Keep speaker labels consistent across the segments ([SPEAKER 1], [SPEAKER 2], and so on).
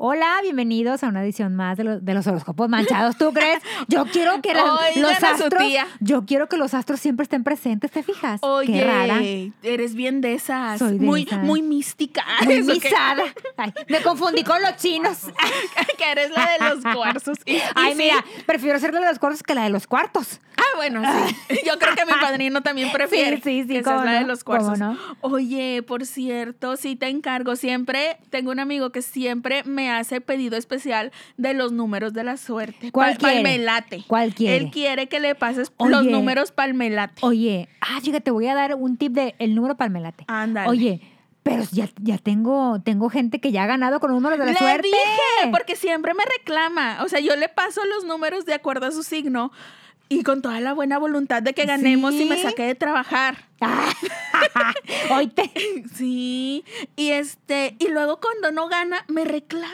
[SPEAKER 1] Hola, bienvenidos a una edición más de, lo- de los horóscopos manchados. ¿Tú crees? Yo quiero que la-
[SPEAKER 2] Oigan
[SPEAKER 1] los
[SPEAKER 2] a su
[SPEAKER 1] astros,
[SPEAKER 2] tía.
[SPEAKER 1] yo quiero que los astros siempre estén presentes, ¿te fijas?
[SPEAKER 2] Oye,
[SPEAKER 1] Qué rara.
[SPEAKER 2] eres bien de esas.
[SPEAKER 1] Soy de
[SPEAKER 2] muy,
[SPEAKER 1] esas.
[SPEAKER 2] muy mística.
[SPEAKER 1] Muy
[SPEAKER 2] Eso que-
[SPEAKER 1] misada. Ay, me confundí con los chinos.
[SPEAKER 2] que, eres la de los cuarzos. Y- y
[SPEAKER 1] Ay,
[SPEAKER 2] sí.
[SPEAKER 1] mira, prefiero ser la de los cuartos que la de los cuartos.
[SPEAKER 2] Ah, bueno, sí. Yo creo que mi padrino también prefiere.
[SPEAKER 1] Sí, sí, sí,
[SPEAKER 2] que
[SPEAKER 1] cómo
[SPEAKER 2] seas la de
[SPEAKER 1] no,
[SPEAKER 2] los
[SPEAKER 1] cómo
[SPEAKER 2] cuarzos.
[SPEAKER 1] no.
[SPEAKER 2] Oye, por cierto, sí te encargo. Siempre tengo un amigo que siempre me hace pedido especial de los números de la suerte.
[SPEAKER 1] ¿Cuál
[SPEAKER 2] Pal-
[SPEAKER 1] quiere?
[SPEAKER 2] Palmelate.
[SPEAKER 1] ¿Cuál quiere?
[SPEAKER 2] Él quiere que le pases
[SPEAKER 1] Oye.
[SPEAKER 2] los números palmelate.
[SPEAKER 1] Oye, ah, chica, te voy a dar un tip del el número palmelate.
[SPEAKER 2] Ándale.
[SPEAKER 1] Oye, pero ya, ya tengo, tengo gente que ya ha ganado con los números de la
[SPEAKER 2] le
[SPEAKER 1] suerte.
[SPEAKER 2] dije, porque siempre me reclama. O sea, yo le paso los números de acuerdo a su signo y con toda la buena voluntad de que ganemos y me
[SPEAKER 1] Sí.
[SPEAKER 2] saqué de trabajar.
[SPEAKER 1] Ah, hoy te.
[SPEAKER 2] Sí. Y este, y luego cuando no gana, me reclama,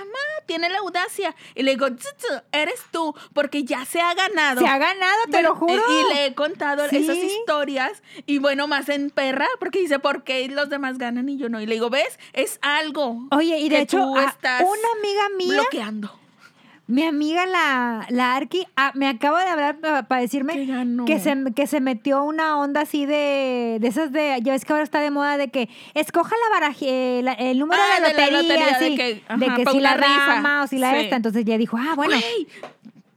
[SPEAKER 2] tiene la audacia. Y le digo, "Tsu, tsu, eres tú, porque ya se ha ganado.
[SPEAKER 1] Se ha ganado, te
[SPEAKER 2] Pero-
[SPEAKER 1] lo juro.
[SPEAKER 2] Y, y le he contado
[SPEAKER 1] Sí.
[SPEAKER 2] esas historias. Y bueno, más en perra, porque dice, ¿por qué los demás ganan y yo no? Y le digo, ¿ves? Es algo.
[SPEAKER 1] Oye, y de
[SPEAKER 2] que
[SPEAKER 1] hecho,
[SPEAKER 2] tú
[SPEAKER 1] a-
[SPEAKER 2] estás
[SPEAKER 1] una amiga mía,
[SPEAKER 2] bloqueando.
[SPEAKER 1] mi amiga la, la Arqui, ah, me acaba de hablar para
[SPEAKER 2] Que
[SPEAKER 1] decirme
[SPEAKER 2] ganó.
[SPEAKER 1] que se, que se metió una onda así de, de esas de, ya ves que ahora está de moda de que escoja la baraje, eh, la- el número
[SPEAKER 2] Ah,
[SPEAKER 1] de la
[SPEAKER 2] de la
[SPEAKER 1] lotería,
[SPEAKER 2] lotería, de
[SPEAKER 1] así, de
[SPEAKER 2] que,
[SPEAKER 1] que,
[SPEAKER 2] ajá, pa'
[SPEAKER 1] si la
[SPEAKER 2] una rifa.
[SPEAKER 1] rama o si la
[SPEAKER 2] Sí.
[SPEAKER 1] esta, entonces ya dijo, ah, bueno,
[SPEAKER 2] Güey,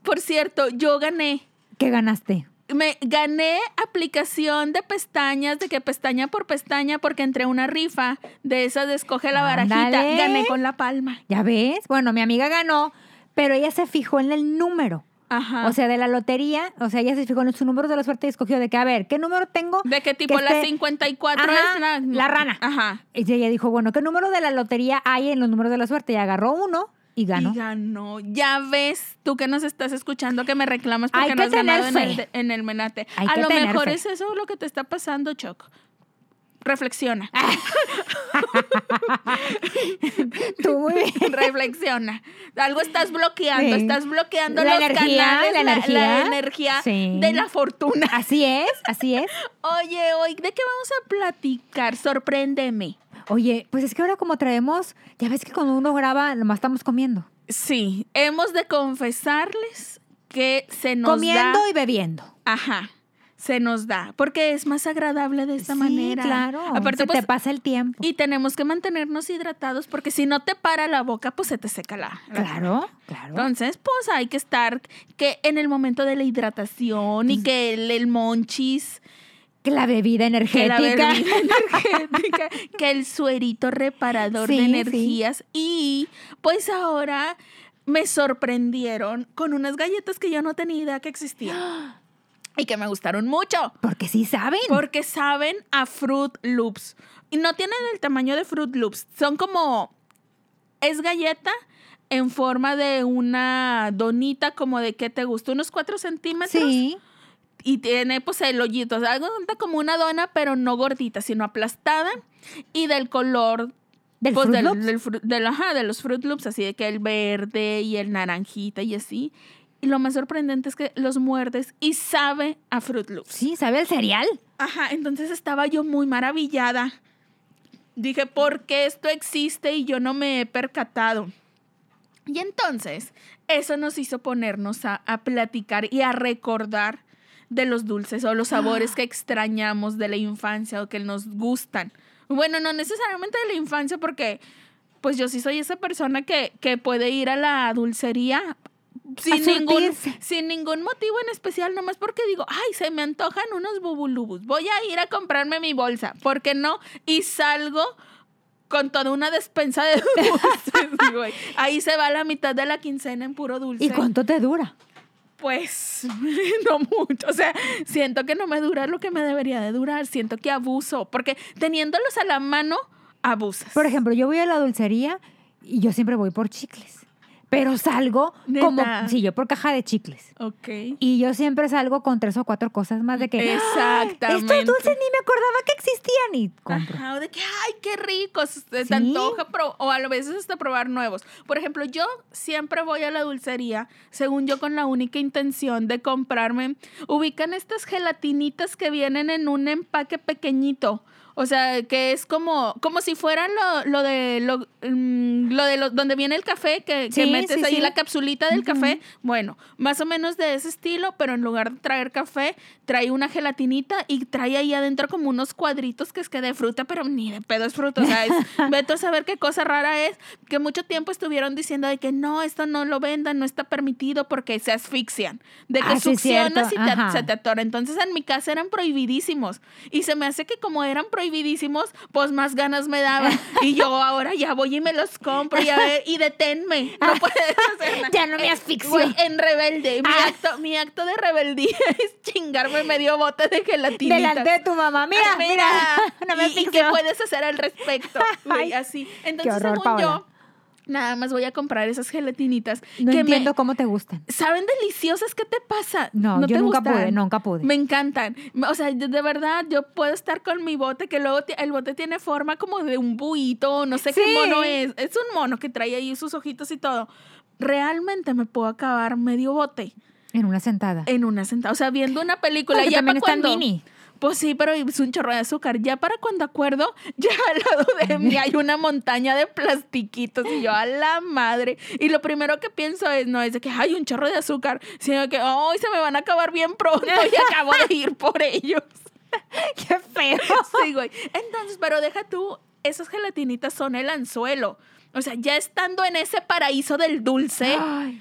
[SPEAKER 2] por cierto, yo gané.
[SPEAKER 1] ¿qué ganaste?
[SPEAKER 2] Me gané aplicación de pestañas, de que pestaña por pestaña, porque entré a una rifa de esas de escoge la barajita.
[SPEAKER 1] Ándale.
[SPEAKER 2] Gané con la palma.
[SPEAKER 1] ¿Ya ves? Bueno, mi amiga ganó, pero ella se fijó en el número.
[SPEAKER 2] Ajá.
[SPEAKER 1] O sea, de la lotería, o sea, ella se fijó en su número de la suerte y escogió de que, a ver, ¿qué número tengo?
[SPEAKER 2] ¿de qué tipo?
[SPEAKER 1] que
[SPEAKER 2] la
[SPEAKER 1] esté-
[SPEAKER 2] 54
[SPEAKER 1] Ajá,
[SPEAKER 2] es la,
[SPEAKER 1] la rana.
[SPEAKER 2] Ajá.
[SPEAKER 1] Y ella dijo, bueno, ¿qué número de la lotería hay en los números de la suerte? Y agarró uno y ganó.
[SPEAKER 2] Y ganó. Ya ves, tú que nos estás escuchando, que me reclamas porque
[SPEAKER 1] Hay
[SPEAKER 2] no
[SPEAKER 1] que
[SPEAKER 2] has ganado en
[SPEAKER 1] tener
[SPEAKER 2] el,
[SPEAKER 1] fe.
[SPEAKER 2] en el menate.
[SPEAKER 1] Hay
[SPEAKER 2] a
[SPEAKER 1] que
[SPEAKER 2] lo
[SPEAKER 1] tener
[SPEAKER 2] mejor
[SPEAKER 1] fe.
[SPEAKER 2] es eso lo que te está pasando, Choc. Reflexiona.
[SPEAKER 1] Tú muy bien.
[SPEAKER 2] reflexiona. Algo estás bloqueando,
[SPEAKER 1] Sí.
[SPEAKER 2] estás bloqueando
[SPEAKER 1] La
[SPEAKER 2] los
[SPEAKER 1] energía,
[SPEAKER 2] canales,
[SPEAKER 1] la
[SPEAKER 2] la
[SPEAKER 1] energía.
[SPEAKER 2] energía
[SPEAKER 1] Sí.
[SPEAKER 2] de la fortuna.
[SPEAKER 1] Así es, así es.
[SPEAKER 2] Oye, hoy, ¿de qué vamos a platicar? Sorpréndeme.
[SPEAKER 1] Oye, pues es que ahora como traemos, ya ves que cuando uno graba, nomás estamos comiendo.
[SPEAKER 2] Sí, hemos de confesarles que se nos
[SPEAKER 1] comiendo
[SPEAKER 2] da.
[SPEAKER 1] y bebiendo.
[SPEAKER 2] Ajá. Se nos da, porque es más agradable de esta
[SPEAKER 1] Sí,
[SPEAKER 2] manera.
[SPEAKER 1] claro.
[SPEAKER 2] Aparte,
[SPEAKER 1] se
[SPEAKER 2] pues,
[SPEAKER 1] te pasa el tiempo.
[SPEAKER 2] y tenemos que mantenernos hidratados, porque si no te para la boca, pues se te seca la. la-
[SPEAKER 1] Claro, claro.
[SPEAKER 2] Entonces, pues hay que estar que en el momento de la hidratación
[SPEAKER 1] Pues,
[SPEAKER 2] y que el, el monchis,
[SPEAKER 1] que la bebida
[SPEAKER 2] que
[SPEAKER 1] energética.
[SPEAKER 2] la bebida energética, que el suerito reparador
[SPEAKER 1] Sí,
[SPEAKER 2] de
[SPEAKER 1] sí.
[SPEAKER 2] energías. Y pues ahora me sorprendieron con unas galletas que yo no tenía idea que existían. Y que me gustaron mucho.
[SPEAKER 1] Porque sí saben.
[SPEAKER 2] Porque saben a Fruit Loops. Y no tienen el tamaño de Fruit Loops. Son como. Es galleta en forma de una donita, como de que te gusta, unos 4 centímetros.
[SPEAKER 1] sí.
[SPEAKER 2] Y tiene pues el hoyito. O sea, haga de cuenta como una dona, pero no gordita, sino aplastada. Y del color.
[SPEAKER 1] Del
[SPEAKER 2] pues,
[SPEAKER 1] Froot
[SPEAKER 2] del-
[SPEAKER 1] Loops.
[SPEAKER 2] del fru- del- ajá, de los Fruit Loops, así de que el verde y el naranjita y así. Y lo más sorprendente es que los muerdes y sabe a Fruit Loops.
[SPEAKER 1] Sí, sabe el cereal.
[SPEAKER 2] Ajá, entonces estaba yo muy maravillada. Dije, ¿por qué esto existe y yo no me he percatado? Y entonces, eso nos hizo ponernos a, a platicar y a recordar de los dulces o los sabores que extrañamos de la infancia o que nos gustan. Bueno, no necesariamente de la infancia porque pues yo sí soy esa persona que, que puede ir a la dulcería sin ningún,
[SPEAKER 1] surtirse.
[SPEAKER 2] sin ningún motivo en especial, nomás porque digo, ay, se me antojan unos bubulubus, voy a ir a comprarme mi bolsa, ¿por qué no? Y salgo con toda una despensa de dulces, güey. Ahí se va la mitad de la quincena en puro dulce.
[SPEAKER 1] ¿Y cuánto te dura?
[SPEAKER 2] Pues no mucho, o sea, siento que no me dura lo que me debería de durar, siento que abuso, porque teniéndolos a la mano, abusas.
[SPEAKER 1] Por ejemplo, yo voy a la dulcería y yo siempre voy por chicles. Pero salgo
[SPEAKER 2] ¿Neta?
[SPEAKER 1] como. Sí, yo por caja de chicles.
[SPEAKER 2] Ok.
[SPEAKER 1] Y yo siempre salgo con tres o cuatro cosas más de que. ¡ah!
[SPEAKER 2] Exactamente.
[SPEAKER 1] Estos dulces ni me acordaba que existían y compro.
[SPEAKER 2] Ajá, o de que, ay, qué ricos, se
[SPEAKER 1] Sí.
[SPEAKER 2] te antoja, pro- o a veces hasta probar nuevos. Por ejemplo, yo siempre voy a la dulcería, según yo, con la única intención de comprarme, ubican estas gelatinitas que vienen en un empaque pequeñito. O sea, que es como, como si fueran lo, lo de lo, mm, lo de lo- donde viene el café, que, que
[SPEAKER 1] Sí,
[SPEAKER 2] metes
[SPEAKER 1] sí,
[SPEAKER 2] ahí
[SPEAKER 1] sí.
[SPEAKER 2] la capsulita del café. Bueno, más o menos de ese estilo, pero en lugar de traer café, trae una gelatinita y trae ahí adentro como unos cuadritos que es que de fruta, pero ni de pedo es fruta. O sea, es, vete a saber qué cosa rara es, que mucho tiempo estuvieron diciendo de que no, esto no lo vendan, no está permitido porque se asfixian. De que
[SPEAKER 1] Ah, sí,
[SPEAKER 2] succionas
[SPEAKER 1] cierto.
[SPEAKER 2] y te-
[SPEAKER 1] Ajá.
[SPEAKER 2] se te atora. Entonces en mi casa eran prohibidísimos. Y se me hace que como eran prohibidísimos, pues más ganas me daban. Y yo ahora ya voy y me los compro y a ver, y deténme. No puedes hacer nada.
[SPEAKER 1] Ya no me
[SPEAKER 2] Eh,
[SPEAKER 1] asfixio.
[SPEAKER 2] güey, en rebelde. Mi,
[SPEAKER 1] Ah.
[SPEAKER 2] acto, mi acto de rebeldía es chingarme medio bote de gelatina.
[SPEAKER 1] Delante de tu mamá. Mira, mira. No me
[SPEAKER 2] Ah, ¿Y, y qué
[SPEAKER 1] asfixio.
[SPEAKER 2] puedes hacer al respecto? Güey,
[SPEAKER 1] Ay,
[SPEAKER 2] así. Entonces,
[SPEAKER 1] horror,
[SPEAKER 2] según
[SPEAKER 1] Paola.
[SPEAKER 2] yo, nada más voy a comprar esas gelatinitas.
[SPEAKER 1] No
[SPEAKER 2] que
[SPEAKER 1] entiendo
[SPEAKER 2] me,
[SPEAKER 1] cómo te gustan.
[SPEAKER 2] ¿Saben deliciosas? ¿Qué te pasa?
[SPEAKER 1] No, yo
[SPEAKER 2] te
[SPEAKER 1] nunca
[SPEAKER 2] gustan?
[SPEAKER 1] pude, nunca pude.
[SPEAKER 2] Me encantan. O sea, yo- de verdad, yo puedo estar con mi bote, que luego ti- el bote tiene forma como de un buito, no sé qué
[SPEAKER 1] Sí.
[SPEAKER 2] mono es. Es un mono que trae ahí sus ojitos y todo. Realmente me puedo acabar medio bote
[SPEAKER 1] En una sentada.
[SPEAKER 2] en una sentada. O sea, viendo una película.
[SPEAKER 1] Porque
[SPEAKER 2] ya
[SPEAKER 1] también
[SPEAKER 2] para
[SPEAKER 1] están
[SPEAKER 2] cuando,
[SPEAKER 1] mini.
[SPEAKER 2] Pues sí, pero es un chorro de azúcar. Ya para cuando acuerdo, ya al lado de mí hay una montaña de plastiquitos y yo a la madre. Y lo primero que pienso es, no es de que hay un chorro de azúcar, sino que, hoy se me van a acabar bien pronto y acabo de ir por ellos.
[SPEAKER 1] Qué feo.
[SPEAKER 2] Sí, güey. Entonces, pero deja tú, esas gelatinitas son el anzuelo. O sea, ya estando en ese paraíso del dulce,
[SPEAKER 1] Ay.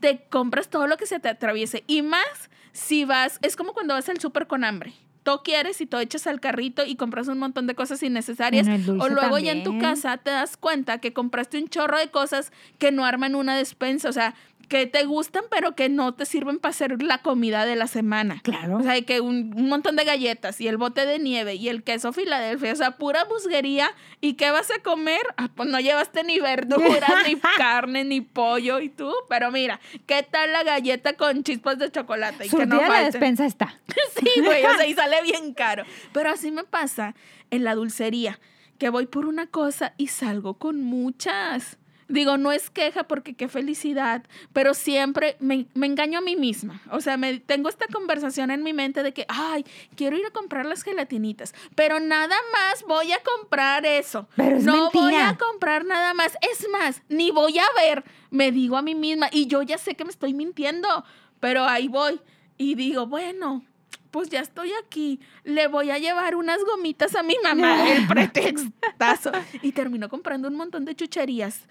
[SPEAKER 2] te compras todo lo que se te atraviese. Y más si vas, es como cuando vas al súper con hambre. Todo quieres y todo echas al carrito y compras un montón de cosas innecesarias.
[SPEAKER 1] Bueno, el dulce
[SPEAKER 2] O luego ya en tu
[SPEAKER 1] también.
[SPEAKER 2] casa te das cuenta que compraste un chorro de cosas que no arman una despensa. O sea, que te gustan pero que no te sirven para hacer la comida de la semana.
[SPEAKER 1] Claro.
[SPEAKER 2] O sea, de que un, un montón de galletas y el bote de nieve y el queso Filadelfia, o sea, pura musguería. ¿Y qué vas a comer? Ah, pues no llevaste ni verduras, ni carne, ni pollo y tú. Pero mira, ¿qué tal la galleta con chispas de chocolate? Y que
[SPEAKER 1] Surtida
[SPEAKER 2] no
[SPEAKER 1] la
[SPEAKER 2] falte.
[SPEAKER 1] despensa está.
[SPEAKER 2] Sí, güey, o sea, y sale bien caro. Pero así me pasa en la dulcería, que voy por una cosa y salgo con muchas. Digo, no es queja porque qué felicidad, pero siempre me, me engaño a mí misma. O sea, me, tengo esta conversación en mi mente de que, ay, quiero ir a comprar las gelatinitas, pero nada más voy a comprar eso.
[SPEAKER 1] Pero es
[SPEAKER 2] no voy
[SPEAKER 1] mentira.
[SPEAKER 2] a comprar nada más. Es más, ni voy a ver, me digo a mí misma. Y yo ya sé que me estoy mintiendo, pero ahí voy. Y digo, bueno, pues ya estoy aquí, le voy a llevar unas gomitas a mi mamá, el pretextazo. Y terminó comprando un montón de chucherías.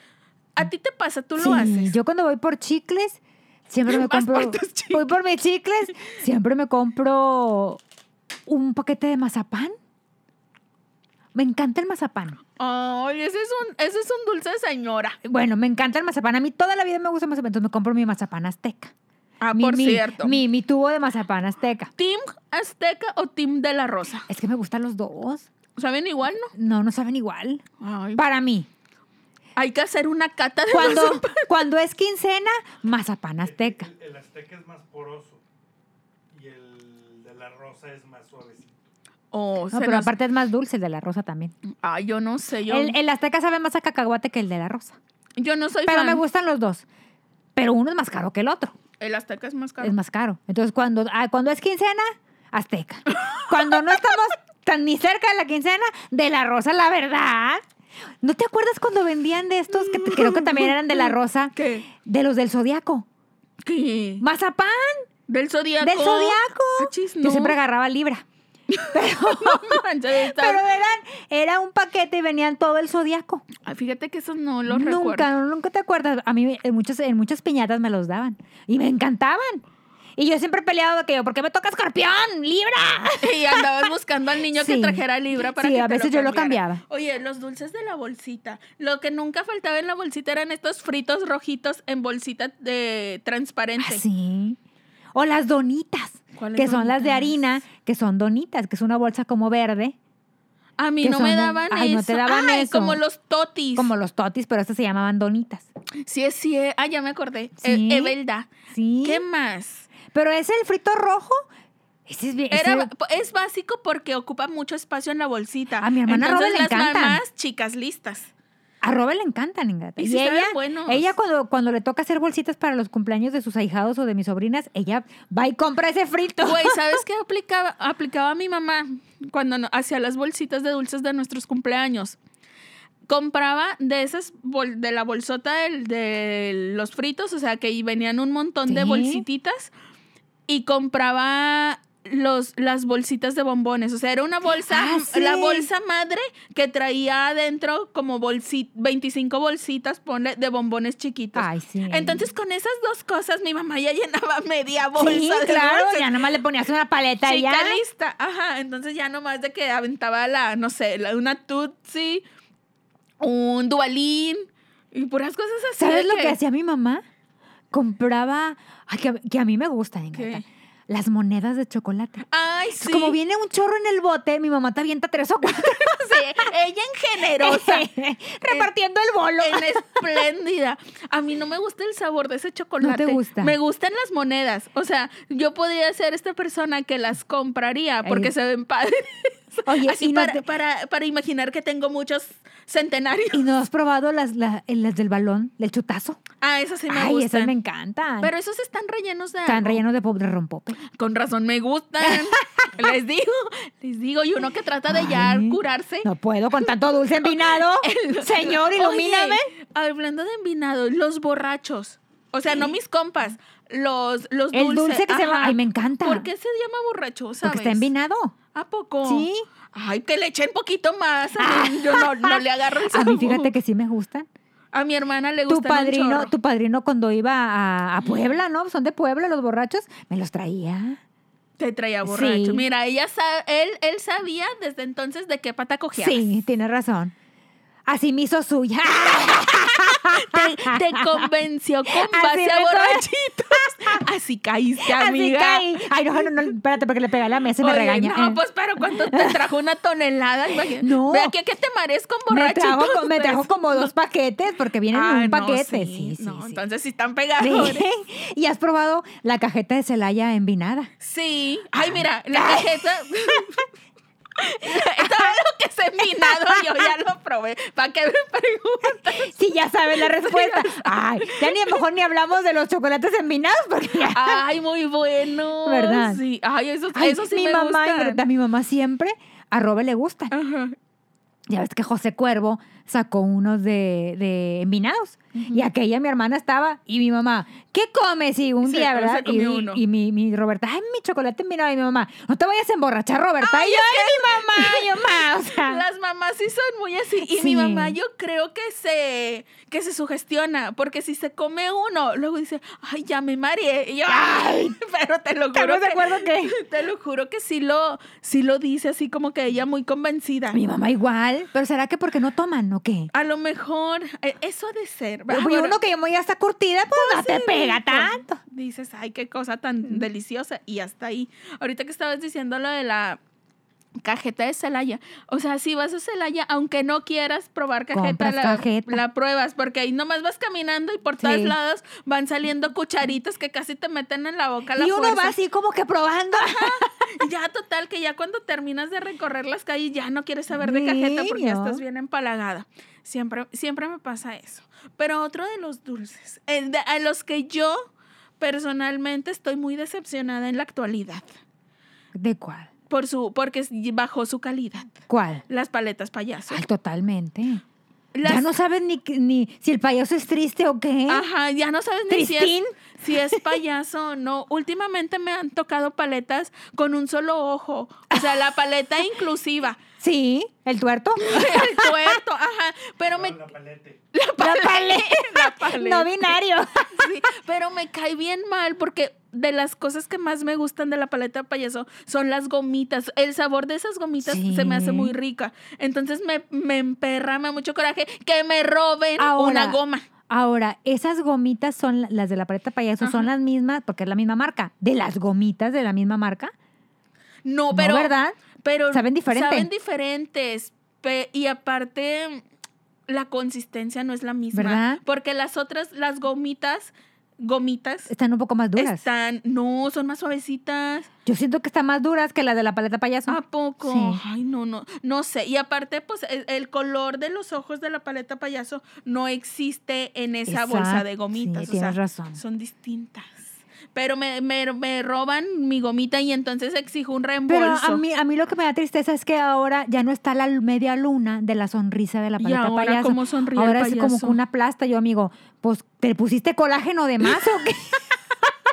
[SPEAKER 2] A ti te pasa, tú
[SPEAKER 1] Sí,
[SPEAKER 2] lo haces.
[SPEAKER 1] Yo cuando voy por chicles, siempre me
[SPEAKER 2] Vas
[SPEAKER 1] compro.
[SPEAKER 2] por tus chicles.
[SPEAKER 1] Voy por mis chicles, siempre me compro un paquete de mazapán. Me encanta el mazapán.
[SPEAKER 2] Ay, ese es un, ese es un dulce de señora.
[SPEAKER 1] Bueno, me encanta el mazapán. A mí toda la vida me gusta el mazapán, entonces me compro mi mazapán azteca.
[SPEAKER 2] Ah,
[SPEAKER 1] mi,
[SPEAKER 2] por
[SPEAKER 1] mi-
[SPEAKER 2] cierto.
[SPEAKER 1] Mi, mi tubo de mazapán azteca.
[SPEAKER 2] ¿Team Azteca o Team de la Rosa?
[SPEAKER 1] Es que me gustan los dos.
[SPEAKER 2] ¿Saben igual,
[SPEAKER 1] No, no saben igual.
[SPEAKER 2] no? Ay,
[SPEAKER 1] Para mí.
[SPEAKER 2] hay que hacer una cata de
[SPEAKER 1] Cuando,
[SPEAKER 2] los-
[SPEAKER 1] cuando es quincena, mazapán azteca.
[SPEAKER 3] El, el azteca es más poroso y el de la rosa es más suavecito.
[SPEAKER 2] Oh,
[SPEAKER 1] No,
[SPEAKER 2] se
[SPEAKER 1] pero
[SPEAKER 2] nos-
[SPEAKER 1] aparte es más dulce el de la rosa también.
[SPEAKER 2] Ay, yo no sé. Yo,
[SPEAKER 1] El, el azteca sabe más a cacahuate que el de la rosa.
[SPEAKER 2] yo no soy
[SPEAKER 1] Pero
[SPEAKER 2] fan.
[SPEAKER 1] me gustan los dos. Pero uno es más caro que el otro.
[SPEAKER 2] El Azteca es más caro.
[SPEAKER 1] Es más caro. Entonces, cuando, ah, cuando es quincena, azteca. Cuando no estamos tan ni cerca de la quincena, de la rosa, la verdad. ¿No te acuerdas cuando vendían de estos que te- creo que también eran de la rosa?
[SPEAKER 2] ¿Qué?
[SPEAKER 1] De los del Zodíaco.
[SPEAKER 2] ¿Qué?
[SPEAKER 1] ¡Mazapán!
[SPEAKER 2] Del Zodíaco.
[SPEAKER 1] ¡Del Zodíaco!
[SPEAKER 2] Achis, Ah, no.
[SPEAKER 1] Yo siempre agarraba libra.
[SPEAKER 2] No manches, está-
[SPEAKER 1] Pero eran, era un paquete y venían todo el Zodíaco.
[SPEAKER 2] Ay, Fíjate que esos no los
[SPEAKER 1] nunca,
[SPEAKER 2] recuerdo.
[SPEAKER 1] nunca te acuerdas. A mí en muchas, en muchas piñatas me los daban. Y me encantaban. Y yo siempre he peleado de que, ¿por qué me toca escorpión? ¡Libra!
[SPEAKER 2] Y andabas buscando al niño que
[SPEAKER 1] Sí.
[SPEAKER 2] trajera libra para
[SPEAKER 1] Sí,
[SPEAKER 2] que
[SPEAKER 1] a
[SPEAKER 2] te
[SPEAKER 1] veces yo lo
[SPEAKER 2] cambiara.
[SPEAKER 1] cambiaba.
[SPEAKER 2] Oye, los dulces de la bolsita. Lo que nunca faltaba en la bolsita eran estos fritos rojitos en bolsita de transparente.
[SPEAKER 1] Ah, sí. O las donitas,
[SPEAKER 2] ¿Cuáles
[SPEAKER 1] que son las de
[SPEAKER 2] donitas?
[SPEAKER 1] harina, que son donitas, que es una bolsa como verde,
[SPEAKER 2] A mí
[SPEAKER 1] que
[SPEAKER 2] no
[SPEAKER 1] son
[SPEAKER 2] me
[SPEAKER 1] un-
[SPEAKER 2] daban
[SPEAKER 1] ay,
[SPEAKER 2] eso.
[SPEAKER 1] no te daban
[SPEAKER 2] Ay,
[SPEAKER 1] eso.
[SPEAKER 2] como los totis.
[SPEAKER 1] como los totis, pero estas se llamaban donitas.
[SPEAKER 2] Sí, es sí. Ah, ya me acordé.
[SPEAKER 1] Sí.
[SPEAKER 2] Eh, Evelda.
[SPEAKER 1] Sí.
[SPEAKER 2] ¿Qué más?
[SPEAKER 1] Pero es el frito rojo. Ese es bien. ese-
[SPEAKER 2] Era- es básico porque ocupa mucho espacio en la bolsita.
[SPEAKER 1] A mi hermana
[SPEAKER 2] Entonces,
[SPEAKER 1] Robe le
[SPEAKER 2] las
[SPEAKER 1] encantan.
[SPEAKER 2] mamás, chicas listas.
[SPEAKER 1] A Robe le encantan, Ingata.
[SPEAKER 2] Y
[SPEAKER 1] Y,
[SPEAKER 2] sí saben
[SPEAKER 1] ella,
[SPEAKER 2] buenos.
[SPEAKER 1] ella cuando, cuando le toca hacer bolsitas para los cumpleaños de sus ahijados o de mis sobrinas, ella va y compra ese frito.
[SPEAKER 2] Güey, ¿sabes qué aplicaba, aplicaba mi mamá cuando no- hacía las bolsitas de dulces de nuestros cumpleaños? Compraba de esas, bol- de la bolsota del- de los fritos, o sea, que ahí venían un montón de
[SPEAKER 1] Sí.
[SPEAKER 2] bolsititas y compraba los, las bolsitas de bombones. O sea, era una bolsa,
[SPEAKER 1] Ah, sí.
[SPEAKER 2] la bolsa madre que traía adentro como bolsi- 25 bolsitas, ponle, de bombones chiquitos.
[SPEAKER 1] Ay, sí.
[SPEAKER 2] Entonces, con esas dos cosas, mi mamá ya llenaba media bolsa
[SPEAKER 1] sí,
[SPEAKER 2] de
[SPEAKER 1] claro,
[SPEAKER 2] dulces.
[SPEAKER 1] ya nomás le ponías una paleta y
[SPEAKER 2] Chica
[SPEAKER 1] ya.
[SPEAKER 2] lista. Ajá, entonces ya nomás de que aventaba la, no sé, la- una Tutsi, un Dualín y puras cosas así.
[SPEAKER 1] ¿Sabes lo
[SPEAKER 2] de
[SPEAKER 1] que hacía mi mamá? Compraba, ay, que, a- que a mí me gusta, Ingata,
[SPEAKER 2] ¿Qué?
[SPEAKER 1] las monedas de chocolate.
[SPEAKER 2] Ay,
[SPEAKER 1] Entonces,
[SPEAKER 2] sí.
[SPEAKER 1] Como viene un chorro en el bote, mi mamá te avienta tres o cuatro.
[SPEAKER 2] sí, Ella en generosa.
[SPEAKER 1] repartiendo el bolo.
[SPEAKER 2] en espléndida. A mí no me gusta el sabor de ese chocolate.
[SPEAKER 1] gusta?
[SPEAKER 2] Me gustan las monedas. O sea, yo podría ser esta persona que las compraría porque
[SPEAKER 1] Ay.
[SPEAKER 2] se ven padres.
[SPEAKER 1] Oye,
[SPEAKER 2] Así
[SPEAKER 1] y no
[SPEAKER 2] para,
[SPEAKER 1] te-
[SPEAKER 2] para, para imaginar que tengo muchos centenarios.
[SPEAKER 1] ¿Y no has probado las, la- eh, las del balón, del chutazo?
[SPEAKER 2] Ah, esas sí me
[SPEAKER 1] Ay,
[SPEAKER 2] gustan.
[SPEAKER 1] esas me encantan.
[SPEAKER 2] Pero esos están rellenos de
[SPEAKER 1] Están
[SPEAKER 2] algo.
[SPEAKER 1] rellenos de, pop- de rompope.
[SPEAKER 2] Con razón me gustan. les digo, les digo, y uno que trata de ya
[SPEAKER 1] Ay,
[SPEAKER 2] curarse.
[SPEAKER 1] No puedo con tanto dulce envinado. Señor,
[SPEAKER 2] Oye,
[SPEAKER 1] ilumíname.
[SPEAKER 2] hablando de envinado, los borrachos. O sea, no mis compas, los, los
[SPEAKER 1] El dulce que se
[SPEAKER 2] ajá.
[SPEAKER 1] llama- ay, me encanta.
[SPEAKER 2] ¿Por qué se llama borracho? ¿Sabes?
[SPEAKER 1] Porque está envinado.
[SPEAKER 2] ¿A poco?
[SPEAKER 1] Sí.
[SPEAKER 2] Ay, que le echen poquito más. A mí, yo no, no le agarro el
[SPEAKER 1] A
[SPEAKER 2] sabor.
[SPEAKER 1] mí fíjate que sí me gustan.
[SPEAKER 2] A mi hermana le gusta
[SPEAKER 1] Tu padrino, tu padrino cuando iba a, a Puebla, ¿no? Son de Puebla los borrachos. Me los traía.
[SPEAKER 2] Te traía borracho.
[SPEAKER 1] Sí.
[SPEAKER 2] Mira, ella sa- él, él sabía desde entonces de qué pata cogía.
[SPEAKER 1] Sí, tienes razón. Así me hizo suya.
[SPEAKER 2] Te convenció con
[SPEAKER 1] Así
[SPEAKER 2] base a
[SPEAKER 1] me-
[SPEAKER 2] borrachitos. Así caíste,
[SPEAKER 1] Así
[SPEAKER 2] amiga.
[SPEAKER 1] caí. Ay, no, no, no, espérate, porque le pegué a la mesa y me
[SPEAKER 2] Oye,
[SPEAKER 1] regaña.
[SPEAKER 2] No,
[SPEAKER 1] Eh.
[SPEAKER 2] pues, pero ¿cuánto te trajo una tonelada? Imagínate.
[SPEAKER 1] No.
[SPEAKER 2] Ve aquí que te marees con
[SPEAKER 1] me
[SPEAKER 2] borrachitos.
[SPEAKER 1] trajo, co- me
[SPEAKER 2] pues.
[SPEAKER 1] trajo como dos paquetes, porque vienen en
[SPEAKER 2] Ay,
[SPEAKER 1] un
[SPEAKER 2] no,
[SPEAKER 1] paquete. sí,
[SPEAKER 2] sí,
[SPEAKER 1] sí,
[SPEAKER 2] no,
[SPEAKER 1] sí.
[SPEAKER 2] entonces sí están pegados.
[SPEAKER 1] Sí. Y has probado la cajeta de Celaya envinada.
[SPEAKER 2] Sí. Ay, mira, la cajeta. Todo lo que es envinado yo ya lo probé. ¿Para qué me preguntas?
[SPEAKER 1] Sí, ya sabes la respuesta. Ay, ya ni a lo mejor ni hablamos de los chocolates envinados porque ya-
[SPEAKER 2] Ay, muy bueno.
[SPEAKER 1] ¿Verdad?
[SPEAKER 2] Sí. Ay, eso,
[SPEAKER 1] Ay,
[SPEAKER 2] Ah, eso sí
[SPEAKER 1] mi
[SPEAKER 2] me
[SPEAKER 1] mamá,
[SPEAKER 2] gustan.
[SPEAKER 1] Ingrid, a mi mamá siempre a Robe le gustan.
[SPEAKER 2] Ajá.
[SPEAKER 1] Ya ves que José Cuervo sacó unos de, de envinados. Y aquella mi hermana estaba y mi mamá, ¿qué comes? Y un
[SPEAKER 2] Se-
[SPEAKER 1] día,
[SPEAKER 2] se
[SPEAKER 1] ¿verdad? Y,
[SPEAKER 2] comió uno.
[SPEAKER 1] y mi, mi Roberta, ay, mi chocolate envinado. Y mi mamá, no te vayas a emborrachar, Roberta. y yo, ay, mi mamá, yo mamá. O sea,
[SPEAKER 2] Las mamás sí son muy así. Y
[SPEAKER 1] Sí.
[SPEAKER 2] mi mamá yo creo que se, que se sugestiona, porque si se come uno, luego dice, ay, ya me mareé. Y yo, ay, pero te lo juro.
[SPEAKER 1] ¿Estamos de
[SPEAKER 2] que-
[SPEAKER 1] acuerdo que?
[SPEAKER 2] Te lo juro que sí lo, sí lo dice así como que ella muy convencida.
[SPEAKER 1] Mi mamá igual, pero ¿será que porque no toman o qué?
[SPEAKER 2] A lo mejor, eh, eso ha de ser.
[SPEAKER 1] Pero
[SPEAKER 2] Ahora,
[SPEAKER 1] uno que ya está curtida, pues no te
[SPEAKER 2] sí,
[SPEAKER 1] pega
[SPEAKER 2] pues,
[SPEAKER 1] tanto.
[SPEAKER 2] Dices, ay, qué cosa tan deliciosa. Y hasta ahí. Ahorita que estabas diciendo lo de la cajeta de Celaya. O sea, si vas a Celaya, aunque no quieras probar cajeta,
[SPEAKER 1] Compras
[SPEAKER 2] la,
[SPEAKER 1] cajeta.
[SPEAKER 2] la pruebas. Porque ahí nomás vas caminando y por todos
[SPEAKER 1] Sí.
[SPEAKER 2] lados van saliendo cucharitas que casi te meten en la boca a la
[SPEAKER 1] Y uno
[SPEAKER 2] fuerza.
[SPEAKER 1] va así como que probando.
[SPEAKER 2] Ya, total, que ya cuando terminas de recorrer las calles ya no quieres saber de cajeta porque ya
[SPEAKER 1] Niño.
[SPEAKER 2] estás bien empalagada. Siempre, siempre me pasa eso. Pero otro de los dulces, el de- a los que yo personalmente estoy muy decepcionada en la actualidad
[SPEAKER 1] ¿De cuál?
[SPEAKER 2] por su, porque s- bajó su calidad.
[SPEAKER 1] ¿Cuál?
[SPEAKER 2] Las paletas payaso.
[SPEAKER 1] Ay, totalmente.
[SPEAKER 2] Las- Ah.
[SPEAKER 1] Ya no sabes ni, ni si el payaso es triste o qué.
[SPEAKER 2] Ajá, ya no sabes ni si es,
[SPEAKER 1] Tristín.
[SPEAKER 2] si es payaso o no. Últimamente me han tocado paletas con un solo ojo. O sea, la paleta inclusiva.
[SPEAKER 1] Sí, el tuerto.
[SPEAKER 2] El tuerto, ajá. Pero me,
[SPEAKER 3] Con la palete.
[SPEAKER 1] La paleta.
[SPEAKER 2] La paleta.
[SPEAKER 1] No binario.
[SPEAKER 2] Sí, pero me cae bien mal porque de las cosas que más me gustan de la paleta payaso son las gomitas. El sabor de esas gomitas
[SPEAKER 1] Sí.
[SPEAKER 2] se me hace muy rica. Entonces me, me emperra, me da mucho coraje que me roben
[SPEAKER 1] Ahora.
[SPEAKER 2] una goma.
[SPEAKER 1] Ahora, esas gomitas son la- las de la paleta payaso, son las mismas, porque es la misma marca, de las gomitas de la misma marca.
[SPEAKER 2] No,
[SPEAKER 1] No,
[SPEAKER 2] pero.
[SPEAKER 1] ¿verdad?
[SPEAKER 2] Pero
[SPEAKER 1] Saben diferente.
[SPEAKER 2] Saben diferentes. pe- y aparte, la consistencia no es la misma.
[SPEAKER 1] ¿Verdad?
[SPEAKER 2] Porque las otras, las gomitas gomitas
[SPEAKER 1] Están un poco más duras.
[SPEAKER 2] están, no, son más suavecitas.
[SPEAKER 1] Yo siento que están más duras que las de la paleta payaso.
[SPEAKER 2] ¿A poco?
[SPEAKER 1] Sí.
[SPEAKER 2] Ay, no, no, no sé. Y aparte, pues e- el color de los ojos de la paleta payaso no existe en esa bolsa
[SPEAKER 1] Exacto,
[SPEAKER 2] de
[SPEAKER 1] sí,
[SPEAKER 2] gomitas. o
[SPEAKER 1] tienes
[SPEAKER 2] sea,
[SPEAKER 1] razón.
[SPEAKER 2] Son distintas. Pero me, me- me roban mi gomita y entonces exijo un reembolso.
[SPEAKER 1] Pero a mí, a mí lo que me da tristeza es que ahora ya no está la media luna de la sonrisa de la
[SPEAKER 2] Y
[SPEAKER 1] paleta
[SPEAKER 2] ahora,
[SPEAKER 1] payaso.
[SPEAKER 2] ¿cómo sonríe el
[SPEAKER 1] ahora es como
[SPEAKER 2] payaso?
[SPEAKER 1] que una plasta, yo amigo, pues te pusiste colágeno de más o qué?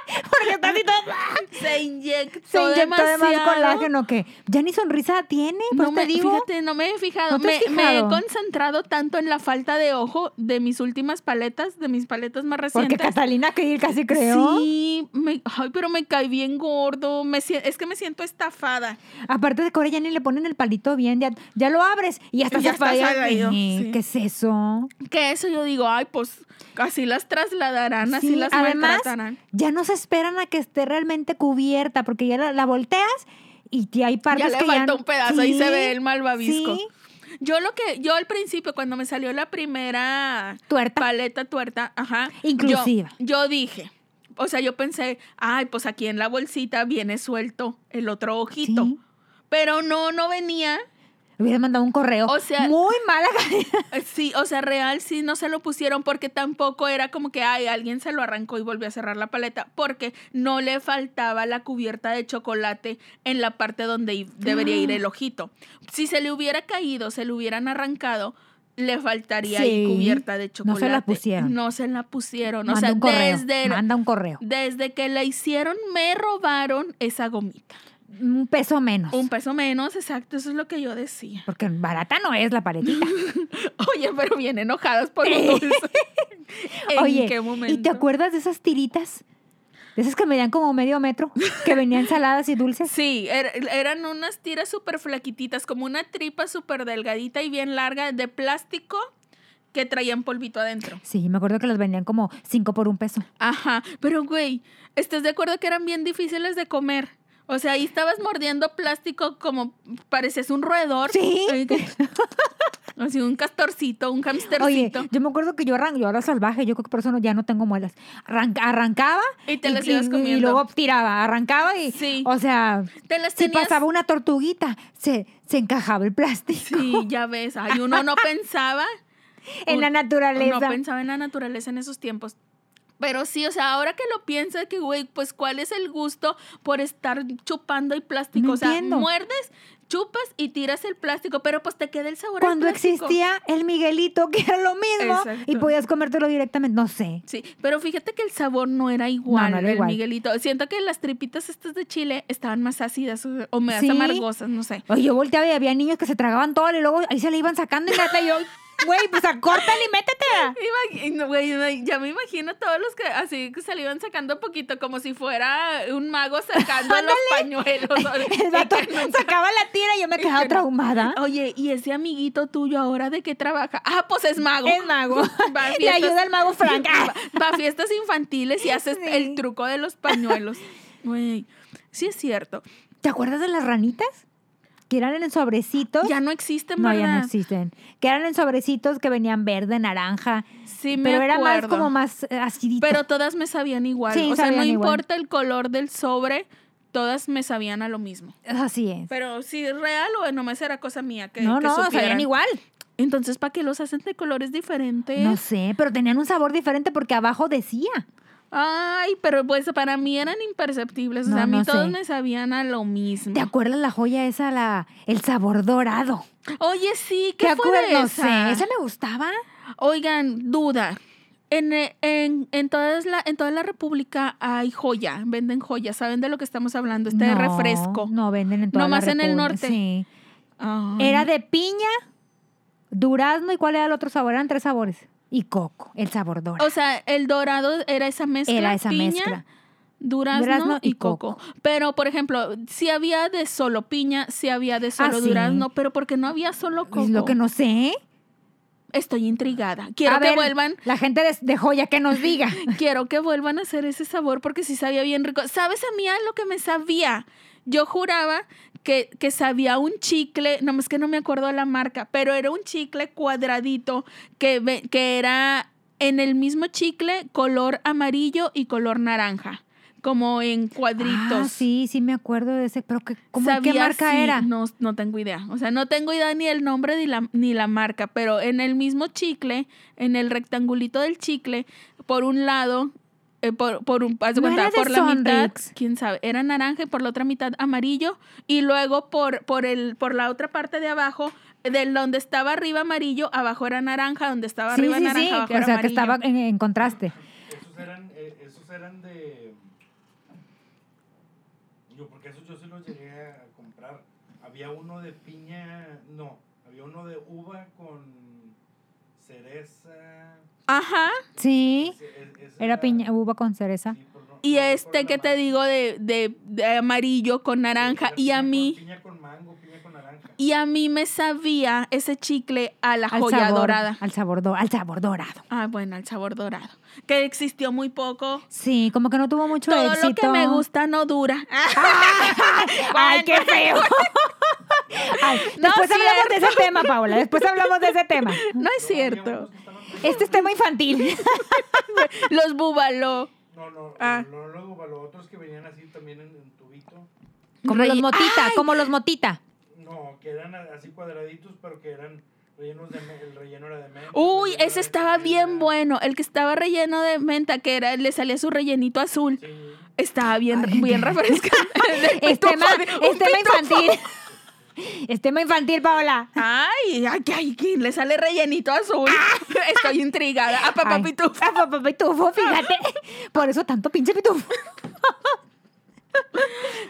[SPEAKER 1] Porque está así todo, ¡ah!
[SPEAKER 2] se inyectó,
[SPEAKER 1] se inyectó de más
[SPEAKER 2] demasiado.
[SPEAKER 1] colágeno que ya ni sonrisa tiene, pues
[SPEAKER 2] No
[SPEAKER 1] te
[SPEAKER 2] me,
[SPEAKER 1] digo.
[SPEAKER 2] fíjate, no me he fijado.
[SPEAKER 1] ¿No te
[SPEAKER 2] me,
[SPEAKER 1] has
[SPEAKER 2] me he
[SPEAKER 1] fijado?
[SPEAKER 2] concentrado tanto en la falta de ojo de mis últimas paletas, de mis paletas más
[SPEAKER 1] porque
[SPEAKER 2] recientes.
[SPEAKER 1] Catalina Krill casi creó.
[SPEAKER 2] Sí, me- ay, pero me caí bien gordo. Me, sie- es que me siento estafada.
[SPEAKER 1] Aparte de que ahora ya ni le ponen el palito bien, ya, ya lo abres y ya está
[SPEAKER 2] Ya está salido, sí.
[SPEAKER 1] ¿Qué es eso?
[SPEAKER 2] Que eso yo digo, ay, pues así las trasladarán, así
[SPEAKER 1] Sí,
[SPEAKER 2] las
[SPEAKER 1] además,
[SPEAKER 2] maltratarán.
[SPEAKER 1] ya no se esperan a que esté realmente cubierta, porque ya la, la volteas y ya hay partes
[SPEAKER 2] Ya le
[SPEAKER 1] que
[SPEAKER 2] falta
[SPEAKER 1] no-
[SPEAKER 2] un pedazo, ahí se
[SPEAKER 1] Sí,
[SPEAKER 2] ve el malvavisco.
[SPEAKER 1] sí,
[SPEAKER 2] Yo lo que, yo al principio, cuando me salió la primera
[SPEAKER 1] tuerta.
[SPEAKER 2] paleta tuerta, ajá. yo-
[SPEAKER 1] Inclusiva.
[SPEAKER 2] Yo, dije, o sea, yo pensé, ay, pues aquí en la bolsita viene suelto el otro ojito.
[SPEAKER 1] Sí.
[SPEAKER 2] Pero no, no venía.
[SPEAKER 1] Hubiera mandado un correo.
[SPEAKER 2] O sea-
[SPEAKER 1] muy mala calidad.
[SPEAKER 2] Eh, Sí, o sea, real, sí, no se lo pusieron porque tampoco era como que, ay, alguien se lo arrancó y volvió a cerrar la paleta, porque no le faltaba la cubierta de chocolate en la parte donde i- debería ir el ojito. Si se le hubiera caído, se le hubieran arrancado, le faltaría ahí
[SPEAKER 1] Sí,
[SPEAKER 2] cubierta de
[SPEAKER 1] no
[SPEAKER 2] chocolate.
[SPEAKER 1] se la pusieron.
[SPEAKER 2] No se la pusieron.
[SPEAKER 1] manda un
[SPEAKER 2] o sea,
[SPEAKER 1] correo.
[SPEAKER 2] desde,
[SPEAKER 1] manda un correo.
[SPEAKER 2] desde que la hicieron, me robaron esa gomita.
[SPEAKER 1] Un peso menos.
[SPEAKER 2] Un peso menos, exacto, eso es lo que yo decía.
[SPEAKER 1] Porque barata no es la paletita.
[SPEAKER 2] Oye, pero bien enojadas por un dulce. ¿En
[SPEAKER 1] Oye,
[SPEAKER 2] qué momento?
[SPEAKER 1] ¿y te acuerdas de esas tiritas? De esas que medían como medio metro, que venían saladas y dulces.
[SPEAKER 2] Sí, er- eran unas tiras súper flaquititas, como una tripa súper delgadita y bien larga de plástico que traían polvito adentro.
[SPEAKER 1] Sí, me acuerdo que las vendían como cinco por un peso.
[SPEAKER 2] Ajá, pero güey, ¿estás de acuerdo que eran bien difíciles de comer? O sea, ahí estabas mordiendo plástico como pareces un roedor.
[SPEAKER 1] Sí.
[SPEAKER 2] Ay, que- Así un castorcito, un
[SPEAKER 1] Oye,
[SPEAKER 2] hamstercito.
[SPEAKER 1] yo me acuerdo que yo arran yo era salvaje, yo creo que por eso no- ya no tengo muelas. Arran- arrancaba
[SPEAKER 2] Y te las ibas comiendo.
[SPEAKER 1] y luego tiraba, arrancaba y
[SPEAKER 2] Sí.
[SPEAKER 1] o sea,
[SPEAKER 2] Te las
[SPEAKER 1] si
[SPEAKER 2] tenías-
[SPEAKER 1] pasaba una tortuguita, se, se encajaba el plástico
[SPEAKER 2] Sí, ya ves. Ay, uno no pensaba
[SPEAKER 1] en la
[SPEAKER 2] un-
[SPEAKER 1] naturaleza.
[SPEAKER 2] No pensaba en la naturaleza en esos tiempos. Pero sí, o sea, ahora que lo piensa, que güey, pues cuál es el gusto por estar chupando el plástico.
[SPEAKER 1] No
[SPEAKER 2] o sea,
[SPEAKER 1] entiendo.
[SPEAKER 2] muerdes, chupas y tiras el plástico, pero pues te queda el sabor. al
[SPEAKER 1] Cuando
[SPEAKER 2] plástico.
[SPEAKER 1] existía el Miguelito, que era lo mismo, y
[SPEAKER 2] Exacto.
[SPEAKER 1] podías comértelo directamente, no sé.
[SPEAKER 2] Sí, pero fíjate que el sabor no era igual
[SPEAKER 1] no era
[SPEAKER 2] del
[SPEAKER 1] igual.
[SPEAKER 2] Miguelito. Siento que las tripitas estas de Chile estaban más ácidas o- o más
[SPEAKER 1] Sí.
[SPEAKER 2] amargosas, no sé.
[SPEAKER 1] Oye, yo volteaba y había niños que se tragaban todo y luego ahí se le iban sacando y neta, y yo, güey, pues acórtale y métete.
[SPEAKER 2] Imagino, güey, no, ya me imagino todos los que así que se le iban sacando poquito, como si fuera un mago sacando los pañuelos.
[SPEAKER 1] El vato
[SPEAKER 2] Y que nunca-
[SPEAKER 1] sacaba la tira y yo me quedaba
[SPEAKER 2] no.
[SPEAKER 1] traumada.
[SPEAKER 2] Oye, ¿y ese amiguito tuyo ahora de qué trabaja? Ah, pues es mago.
[SPEAKER 1] Es mago.
[SPEAKER 2] Va a
[SPEAKER 1] Le
[SPEAKER 2] fiestas-
[SPEAKER 1] ayuda al mago Frank. Ah,
[SPEAKER 2] Va, va a fiestas infantiles y haces
[SPEAKER 1] Sí.
[SPEAKER 2] el truco de los pañuelos. Güey, sí es cierto.
[SPEAKER 1] ¿Te acuerdas de las ranitas? Que eran en sobrecitos.
[SPEAKER 2] Ya no existen,
[SPEAKER 1] no,
[SPEAKER 2] ¿verdad?
[SPEAKER 1] ya no existen. Que eran en sobrecitos que venían verde, naranja.
[SPEAKER 2] Sí, me
[SPEAKER 1] Pero era más
[SPEAKER 2] acuerdo.
[SPEAKER 1] como más eh, acidito.
[SPEAKER 2] Pero todas me sabían igual.
[SPEAKER 1] Sí,
[SPEAKER 2] o sea, no
[SPEAKER 1] sabían igual.
[SPEAKER 2] importa el color del sobre, todas me sabían a lo mismo.
[SPEAKER 1] Así es.
[SPEAKER 2] Pero si es real o nomás era cosa mía que
[SPEAKER 1] no,
[SPEAKER 2] que
[SPEAKER 1] no,
[SPEAKER 2] supieran.
[SPEAKER 1] sabían igual.
[SPEAKER 2] Entonces, ¿para qué los hacen de colores diferentes?
[SPEAKER 1] No sé, pero tenían un sabor diferente porque abajo decía.
[SPEAKER 2] Ay, pero pues para mí eran imperceptibles. O sea,
[SPEAKER 1] No,
[SPEAKER 2] a mí
[SPEAKER 1] no
[SPEAKER 2] todos
[SPEAKER 1] sé.
[SPEAKER 2] me sabían a lo mismo.
[SPEAKER 1] ¿Te acuerdas la joya esa, la, el sabor dorado?
[SPEAKER 2] Oye, sí,
[SPEAKER 1] ¿Te
[SPEAKER 2] ¿qué fue de
[SPEAKER 1] acuerdas? No
[SPEAKER 2] esa?
[SPEAKER 1] sé, esa me gustaba.
[SPEAKER 2] Oigan, duda. En, eh, en, en, todas la, en toda la República hay joya, venden joya. ¿Saben de lo que estamos hablando? Este
[SPEAKER 1] No,
[SPEAKER 2] refresco.
[SPEAKER 1] No venden en toda la
[SPEAKER 2] Nomás en el
[SPEAKER 1] República,
[SPEAKER 2] norte.
[SPEAKER 1] Sí.
[SPEAKER 2] Ay,
[SPEAKER 1] Era de piña, durazno y cuál era el otro sabor. Eran tres sabores. Y coco, el sabor dorado.
[SPEAKER 2] O sea, el dorado era esa mezcla.
[SPEAKER 1] era esa
[SPEAKER 2] piña,
[SPEAKER 1] mezcla.
[SPEAKER 2] Durazno,
[SPEAKER 1] Durazno
[SPEAKER 2] y
[SPEAKER 1] y
[SPEAKER 2] coco. Pero, por ejemplo, si había de solo piña, si había de solo
[SPEAKER 1] Ah, sí.
[SPEAKER 2] durazno, pero porque no había solo coco.
[SPEAKER 1] Es lo que no sé.
[SPEAKER 2] Estoy intrigada. Quiero
[SPEAKER 1] A
[SPEAKER 2] que
[SPEAKER 1] ver,
[SPEAKER 2] vuelvan,
[SPEAKER 1] La gente de, de joya que nos diga.
[SPEAKER 2] quiero que vuelvan a hacer ese sabor porque sí sabía bien rico. ¿Sabes a mí a lo que me sabía? Yo juraba que, que sabía un chicle, nomás que no me acuerdo la marca, pero era un chicle cuadradito que, ve- que era en el mismo chicle color amarillo y color naranja, como en cuadritos.
[SPEAKER 1] Ah, sí, sí me acuerdo de ese, pero que, ¿cómo, ¿qué
[SPEAKER 2] Sabía
[SPEAKER 1] marca
[SPEAKER 2] si-
[SPEAKER 1] era?
[SPEAKER 2] No, no tengo idea. O sea, no tengo idea ni el nombre ni la, ni la marca, pero en el mismo chicle, en el rectangulito del chicle, por un lado, eh, por, por un, haz de
[SPEAKER 1] ¿No
[SPEAKER 2] cuenta,
[SPEAKER 1] era de
[SPEAKER 2] por la mitad,
[SPEAKER 1] Sonrix?
[SPEAKER 2] quién sabe, era naranja y por la otra mitad amarillo, y luego por, por, el, por la otra parte de abajo, del donde estaba arriba amarillo, abajo era naranja, donde estaba
[SPEAKER 1] sí,
[SPEAKER 2] arriba
[SPEAKER 1] sí,
[SPEAKER 2] naranja,
[SPEAKER 1] sí,
[SPEAKER 2] abajo
[SPEAKER 1] o
[SPEAKER 2] era
[SPEAKER 1] sea, que
[SPEAKER 2] amarillo.
[SPEAKER 1] estaba en, en contraste.
[SPEAKER 3] Esos eran, eh, esos eran de. Yo, porque esos yo sí los llegué a comprar. Había uno de piña. No, había uno de uva con cereza.
[SPEAKER 2] Ajá.
[SPEAKER 1] Sí,
[SPEAKER 3] Ese- e- ese
[SPEAKER 1] era piña, uva con cereza.
[SPEAKER 3] sí, pero no-
[SPEAKER 2] Y
[SPEAKER 3] no recuerdo
[SPEAKER 2] este
[SPEAKER 3] la
[SPEAKER 2] que te
[SPEAKER 3] marca.
[SPEAKER 2] digo de, de- de amarillo con naranja,
[SPEAKER 3] Era
[SPEAKER 2] y
[SPEAKER 3] piña
[SPEAKER 2] a
[SPEAKER 3] con-
[SPEAKER 2] mí...
[SPEAKER 3] Piña con mango, piña con naranja.
[SPEAKER 2] Y a mí me sabía ese chicle a la
[SPEAKER 1] Al
[SPEAKER 2] joya
[SPEAKER 1] sabor,
[SPEAKER 2] dorada.
[SPEAKER 1] Al sabor, do- al sabor dorado.
[SPEAKER 2] Ah, bueno, al sabor dorado. Que existió muy poco.
[SPEAKER 1] Sí, como que no tuvo mucho
[SPEAKER 2] Todo
[SPEAKER 1] éxito.
[SPEAKER 2] lo que me gusta no dura.
[SPEAKER 1] ¡Ay, qué feo! Ay,
[SPEAKER 2] No
[SPEAKER 1] después
[SPEAKER 2] es
[SPEAKER 1] hablamos de ese tema, Paola. Después hablamos de ese tema.
[SPEAKER 2] No es
[SPEAKER 3] No, había
[SPEAKER 2] cierto.
[SPEAKER 3] unos que estaban ricos.
[SPEAKER 1] Este es tema infantil.
[SPEAKER 2] Los búbalo.
[SPEAKER 3] No, no,
[SPEAKER 2] Ah.
[SPEAKER 3] no, luego para los otros que venían así también en, en tubito.
[SPEAKER 1] Como
[SPEAKER 2] Rey-
[SPEAKER 1] los motita,
[SPEAKER 2] ¡Ay!
[SPEAKER 1] como los motita.
[SPEAKER 3] No, que eran a- así cuadraditos, pero que eran rellenos de me- el relleno era de menta.
[SPEAKER 2] Uy,
[SPEAKER 3] el relleno
[SPEAKER 2] ese
[SPEAKER 3] era de
[SPEAKER 2] estaba bien
[SPEAKER 3] canela.
[SPEAKER 2] bueno. El que estaba relleno de menta, que era, le salía su rellenito azul.
[SPEAKER 3] Sí.
[SPEAKER 2] Estaba bien,
[SPEAKER 1] Ay,
[SPEAKER 2] bien
[SPEAKER 1] qué-
[SPEAKER 2] refrescante.
[SPEAKER 1] Es tema,
[SPEAKER 2] pitufo,
[SPEAKER 1] es tema infantil. Es tema infantil, Paola.
[SPEAKER 2] Ay, ay, ay, ¿quién le sale rellenito azul? Estoy intrigada. A papá
[SPEAKER 1] Ay.
[SPEAKER 2] pitufo.
[SPEAKER 1] Ah, papá pitufo, fíjate. Por eso tanto pinche pitufo.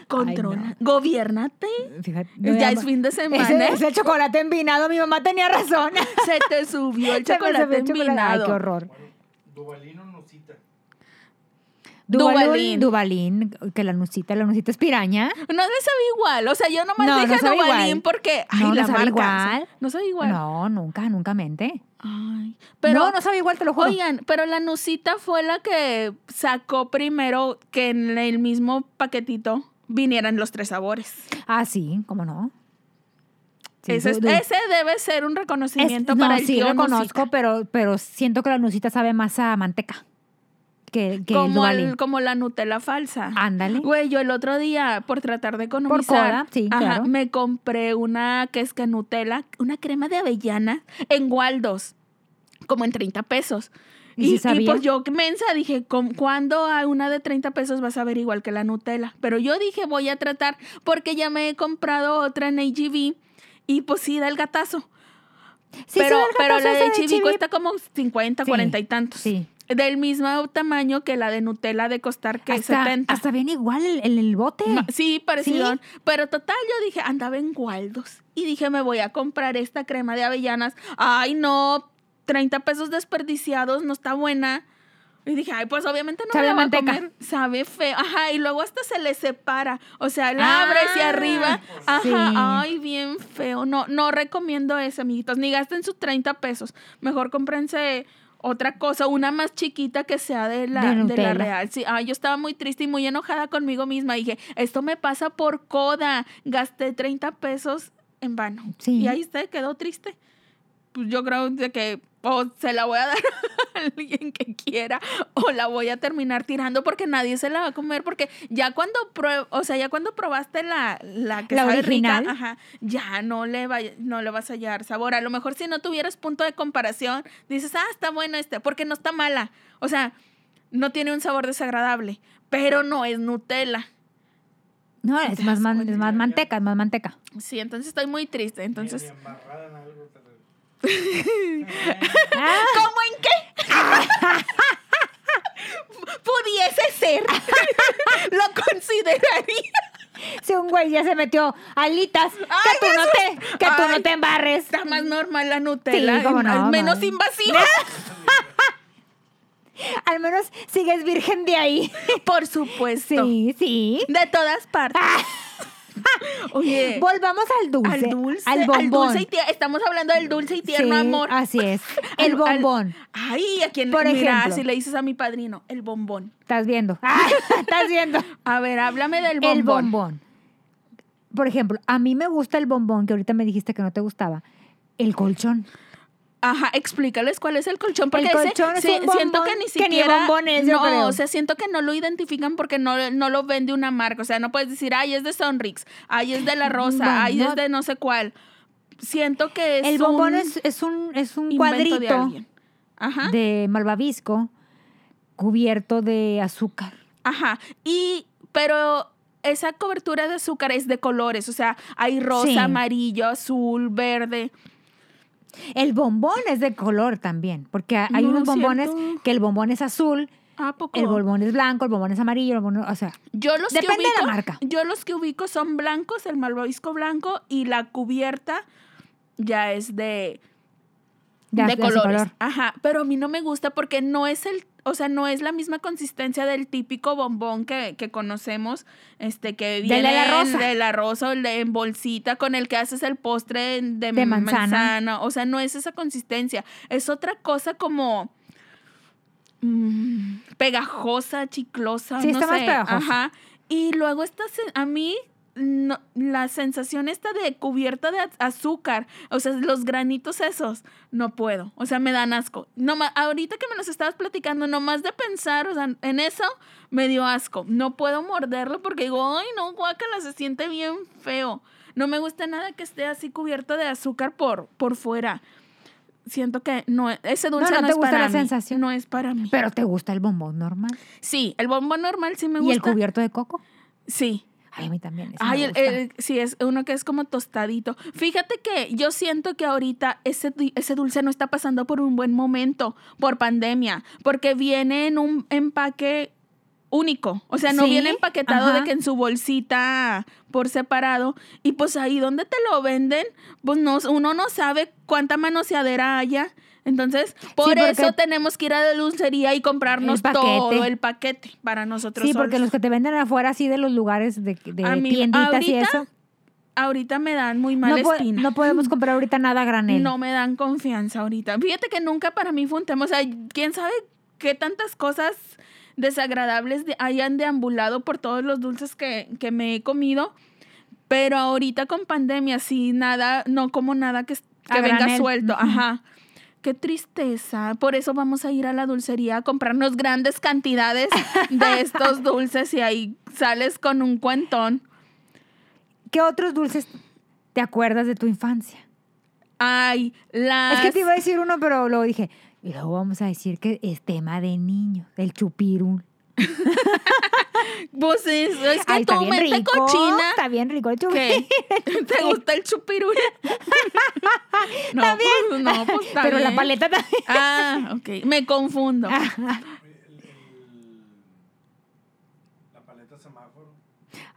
[SPEAKER 2] Controla. Gobiernate.
[SPEAKER 1] Fíjate.
[SPEAKER 2] Ya es fin de semana.
[SPEAKER 1] Ese, ese chocolate envinado, mi mamá tenía razón.
[SPEAKER 2] Se te subió el
[SPEAKER 1] Se me subió
[SPEAKER 2] chocolate
[SPEAKER 1] el chocolate. Ay, qué
[SPEAKER 2] envinado.
[SPEAKER 1] horror.
[SPEAKER 3] Bueno, Dubalino Nusita.
[SPEAKER 1] Duvalín.
[SPEAKER 2] Duvalín.
[SPEAKER 1] Duvalín, que la nucita, la nucita es piraña.
[SPEAKER 2] No le sabía igual. O sea, yo nomás
[SPEAKER 1] No, no
[SPEAKER 2] dije
[SPEAKER 1] sabe
[SPEAKER 2] Duvalín
[SPEAKER 1] igual.
[SPEAKER 2] porque. Ay,
[SPEAKER 1] No, no
[SPEAKER 2] la
[SPEAKER 1] sabe
[SPEAKER 2] marca.
[SPEAKER 1] igual.
[SPEAKER 2] No sabe igual.
[SPEAKER 1] No, nunca, nunca mente.
[SPEAKER 2] Ay. Pero.
[SPEAKER 1] no, no sabe igual, te lo juro.
[SPEAKER 2] Oigan, pero la Nusita fue la que sacó primero que en el mismo paquetito vinieran los tres sabores.
[SPEAKER 1] Ah, sí, cómo no. Sí,
[SPEAKER 2] ese, es-
[SPEAKER 1] du- du-
[SPEAKER 2] ese debe ser un
[SPEAKER 1] es-
[SPEAKER 2] reconocimiento
[SPEAKER 1] no,
[SPEAKER 2] para el
[SPEAKER 1] sí,
[SPEAKER 2] tío
[SPEAKER 1] lo
[SPEAKER 2] Nusita.
[SPEAKER 1] conozco, pero, pero siento que la nucita sabe más a manteca que, Ah, que el
[SPEAKER 2] como, al-
[SPEAKER 1] Duvalín.
[SPEAKER 2] como la Nutella falsa.
[SPEAKER 1] Ándale.
[SPEAKER 2] Güey, yo el otro día, por tratar de economizar,
[SPEAKER 1] coda, sí,
[SPEAKER 2] ajá,
[SPEAKER 1] claro.
[SPEAKER 2] me compré una que es que Nutella, una crema de avellana en Waldos, como en 30 pesos.
[SPEAKER 1] ¿Y si
[SPEAKER 2] Y,
[SPEAKER 1] sabía?
[SPEAKER 2] pues yo que mensa dije, "¿Cómo- ¿cuándo a una de 30 pesos vas a ver igual que la Nutella? Pero yo dije, voy a tratar porque ya me he comprado otra en AGV y pues sí da el gatazo.
[SPEAKER 1] Sí,
[SPEAKER 2] pero,
[SPEAKER 1] sí, el
[SPEAKER 2] pero
[SPEAKER 1] gatazo
[SPEAKER 2] la de
[SPEAKER 1] ese
[SPEAKER 2] AGV cuesta como 50,
[SPEAKER 1] E Sí,
[SPEAKER 2] 40 y tantos.
[SPEAKER 1] Sí.
[SPEAKER 2] Del mismo tamaño que la de Nutella de costar que
[SPEAKER 1] hasta,
[SPEAKER 2] 70.
[SPEAKER 1] hasta bien igual el, el- el bote.
[SPEAKER 2] Ma- Sí, parecido. Pero total, yo dije, andaba en Waldos. Y dije, me voy a comprar esta crema de avellanas. Ay, no, 30 pesos desperdiciados, no está buena. Y dije, ay, pues obviamente no
[SPEAKER 1] Sabe
[SPEAKER 2] me la
[SPEAKER 1] a
[SPEAKER 2] voy a
[SPEAKER 1] manteca.
[SPEAKER 2] comer. Sabe feo. Ajá, y luego hasta se le separa. O sea, la
[SPEAKER 1] Ah, pues
[SPEAKER 2] abres y arriba. Ajá,
[SPEAKER 1] sí.
[SPEAKER 2] ay, bien feo. No, no recomiendo ese, amiguitos. Ni gasten sus 30 pesos. Mejor cómprense otra cosa, una más chiquita que sea de la,
[SPEAKER 1] De
[SPEAKER 2] de
[SPEAKER 1] Nutella.
[SPEAKER 2] la real. Sí, ay, yo estaba muy triste y muy enojada conmigo misma. Dije, esto me pasa por coda. Gasté 30 pesos en vano.
[SPEAKER 1] Sí.
[SPEAKER 2] Y ahí se quedó triste. Pues yo creo de que o se la voy a dar a alguien que quiera o la voy a terminar tirando porque nadie se la va a comer porque ya cuando prue- o sea, ya cuando probaste la, la que
[SPEAKER 1] La
[SPEAKER 2] sabe rica,
[SPEAKER 1] original.
[SPEAKER 2] ajá, ya no le vaya- no le vas a hallar sabor. A lo mejor si no tuvieras punto de comparación, dices, "Ah, está bueno este, porque no está mala." O sea, no tiene un sabor desagradable, pero no es Nutella.
[SPEAKER 1] No, es más, man- es más
[SPEAKER 3] cuenta.
[SPEAKER 1] manteca, es más manteca.
[SPEAKER 2] Sí, entonces estoy muy triste, entonces
[SPEAKER 3] Ni, ni amarrada en algo. te lo-
[SPEAKER 2] ¿Cómo en qué? Pudiese ser. Lo consideraría.
[SPEAKER 1] Si un güey ya se metió alitas, que tú, no te, que tú
[SPEAKER 2] Ay.
[SPEAKER 1] no te embarres.
[SPEAKER 2] Está más normal la Nutella.
[SPEAKER 1] Mm. Sí, cómo no,
[SPEAKER 2] al menos
[SPEAKER 1] madre.
[SPEAKER 2] invasiva.
[SPEAKER 1] Al menos sigues virgen de ahí.
[SPEAKER 2] Por supuesto.
[SPEAKER 1] Sí, sí.
[SPEAKER 2] De todas partes. Oye.
[SPEAKER 1] Volvamos Ah. al dulce.
[SPEAKER 2] Eh. Al dulce.
[SPEAKER 1] Al bombón.
[SPEAKER 2] dulce y tier- Estamos hablando del dulce y tierno
[SPEAKER 1] Sí,
[SPEAKER 2] amor.
[SPEAKER 1] Así es. El
[SPEAKER 2] Al- al-
[SPEAKER 1] bombón.
[SPEAKER 2] ay, a quien
[SPEAKER 1] Por
[SPEAKER 2] Por
[SPEAKER 1] ejemplo.
[SPEAKER 2] si le dices a mi padrino, el bombón.
[SPEAKER 1] Estás viendo. Ah, Estás viendo.
[SPEAKER 2] A ver, háblame del bombón.
[SPEAKER 1] El bombón. Por ejemplo, a mí me gusta el bombón, que ahorita me dijiste que no te gustaba. El colchón.
[SPEAKER 2] Ajá, explícales cuál es el colchón. Porque
[SPEAKER 1] El
[SPEAKER 2] ese-
[SPEAKER 1] colchón es
[SPEAKER 2] sí,
[SPEAKER 1] un
[SPEAKER 2] siento
[SPEAKER 1] bombón
[SPEAKER 2] que ni
[SPEAKER 1] que ni
[SPEAKER 2] siquiera.
[SPEAKER 1] bombón es, yo
[SPEAKER 2] no,
[SPEAKER 1] creo.
[SPEAKER 2] o sea, siento que no lo identifican porque no, no lo vende una marca. O sea, no puedes decir, ay, es de Sonrix, ay, es de La
[SPEAKER 1] Mm,
[SPEAKER 2] Rosa,
[SPEAKER 1] Bueno,
[SPEAKER 2] ay, es
[SPEAKER 1] no.
[SPEAKER 2] de no sé cuál. Siento que es
[SPEAKER 1] El bombón
[SPEAKER 2] un
[SPEAKER 1] es, es un, es un
[SPEAKER 2] invento de
[SPEAKER 1] cuadrito
[SPEAKER 2] alguien. Ajá.
[SPEAKER 1] de malvavisco cubierto de azúcar.
[SPEAKER 2] Ajá. Y, pero esa cobertura de azúcar es de colores. O sea, hay rosa,
[SPEAKER 1] Sí.
[SPEAKER 2] amarillo, azul, verde.
[SPEAKER 1] El bombón es de color también, porque ha- hay
[SPEAKER 2] No,
[SPEAKER 1] unos
[SPEAKER 2] no es
[SPEAKER 1] bombones
[SPEAKER 2] cierto. Oh.
[SPEAKER 1] que el bombón es azul,
[SPEAKER 2] ¿A poco?
[SPEAKER 1] el bombón es blanco, el bombón es amarillo, el bombón, o sea,
[SPEAKER 2] Yo los que
[SPEAKER 1] Depende de la
[SPEAKER 2] ubico,
[SPEAKER 1] marca.
[SPEAKER 2] Yo los que ubico son blancos, el malvavisco blanco y la cubierta ya es de,
[SPEAKER 1] ya
[SPEAKER 2] de
[SPEAKER 1] es
[SPEAKER 2] colores. Ajá, pero a mí no me gusta porque no es el, o sea, no es la misma consistencia del típico bombón que, que conocemos, este que
[SPEAKER 1] la
[SPEAKER 2] viene en-
[SPEAKER 1] rosa.
[SPEAKER 2] de la rosa o el de- en bolsita con el que haces el postre en- de,
[SPEAKER 1] De manzana.
[SPEAKER 2] manzana. o sea, no es esa consistencia, es otra cosa como mm, pegajosa, chiclosa,
[SPEAKER 1] Sí,
[SPEAKER 2] no
[SPEAKER 1] está más
[SPEAKER 2] sé.
[SPEAKER 1] pegajosa.
[SPEAKER 2] Ajá. Y luego esta sen- a mí no- la sensación esta de cubierta de az- azúcar, o sea, los granitos esos, no puedo, o sea, me dan asco. No ma- ahorita que me los estabas platicando, nomás de pensar, o sea, en eso me dio asco. No puedo morderlo porque digo, "Ay, no, guácala, se siente bien feo." No me gusta nada que esté así cubierto de azúcar por por fuera. Siento que no, ese dulce
[SPEAKER 1] no
[SPEAKER 2] no,
[SPEAKER 1] te
[SPEAKER 2] es
[SPEAKER 1] gusta
[SPEAKER 2] para
[SPEAKER 1] la
[SPEAKER 2] mí.
[SPEAKER 1] sensación.
[SPEAKER 2] No es para mí.
[SPEAKER 1] Pero te gusta el bombón normal.
[SPEAKER 2] Sí, el bombón normal sí me
[SPEAKER 1] Y
[SPEAKER 2] gusta.
[SPEAKER 1] el cubierto de coco.
[SPEAKER 2] Sí.
[SPEAKER 1] Ay, a mí también. ese me
[SPEAKER 2] Ay, el-
[SPEAKER 1] gusta.
[SPEAKER 2] el- sí, es uno que es como tostadito. Fíjate que yo siento que ahorita ese, du- ese dulce no está pasando por un buen momento, por pandemia, porque viene en un empaque único. O sea, no
[SPEAKER 1] Sí,
[SPEAKER 2] viene empaquetado
[SPEAKER 1] ajá.
[SPEAKER 2] de que en su bolsita por separado. Y pues ahí donde te lo venden, pues no, uno no sabe cuánta manoseadera haya. Entonces, por
[SPEAKER 1] porque-
[SPEAKER 2] eso tenemos que ir a la dulcería y comprarnos
[SPEAKER 1] paquete.
[SPEAKER 2] todo el paquete para nosotros
[SPEAKER 1] Sí, porque
[SPEAKER 2] solos.
[SPEAKER 1] los que te venden afuera así de los lugares de, de
[SPEAKER 2] A mí-
[SPEAKER 1] tienditas y
[SPEAKER 2] ahorita,
[SPEAKER 1] eso.
[SPEAKER 2] Ahorita me dan muy
[SPEAKER 1] No,
[SPEAKER 2] mala
[SPEAKER 1] po-
[SPEAKER 2] espina.
[SPEAKER 1] no podemos comprar ahorita nada a granel.
[SPEAKER 2] No me dan confianza ahorita. Fíjate que nunca para mí fue un tema. O sea, quién sabe qué tantas cosas desagradables de- hayan deambulado por todos los dulces que, que me he comido. Pero ahorita con pandemia, sí, nada, no como nada que, que
[SPEAKER 1] A
[SPEAKER 2] venga
[SPEAKER 1] granel.
[SPEAKER 2] suelto.
[SPEAKER 1] Ujú.
[SPEAKER 2] Ajá. Qué tristeza. Por eso vamos a ir a la dulcería a comprarnos grandes cantidades de estos dulces y ahí sales con un cuentón.
[SPEAKER 1] ¿Qué otros dulces te acuerdas de tu infancia?
[SPEAKER 2] Ay,
[SPEAKER 1] Es
[SPEAKER 2] las...
[SPEAKER 1] que te iba a decir uno, pero luego dije, y luego vamos a decir que es tema de niños, el chupirul.
[SPEAKER 2] Pues es, es que
[SPEAKER 1] Ay, está
[SPEAKER 2] tu
[SPEAKER 1] bien
[SPEAKER 2] mente
[SPEAKER 1] rico,
[SPEAKER 2] cochina.
[SPEAKER 1] Está bien rico el chupirul.
[SPEAKER 2] ¿Qué? ¿Te gusta el chupirul? no, pues, no, pues está
[SPEAKER 1] pero la
[SPEAKER 2] bien.
[SPEAKER 1] paleta Ah. también.
[SPEAKER 2] Ah, ok. Me confundo.
[SPEAKER 3] El- el- la paleta semáforo.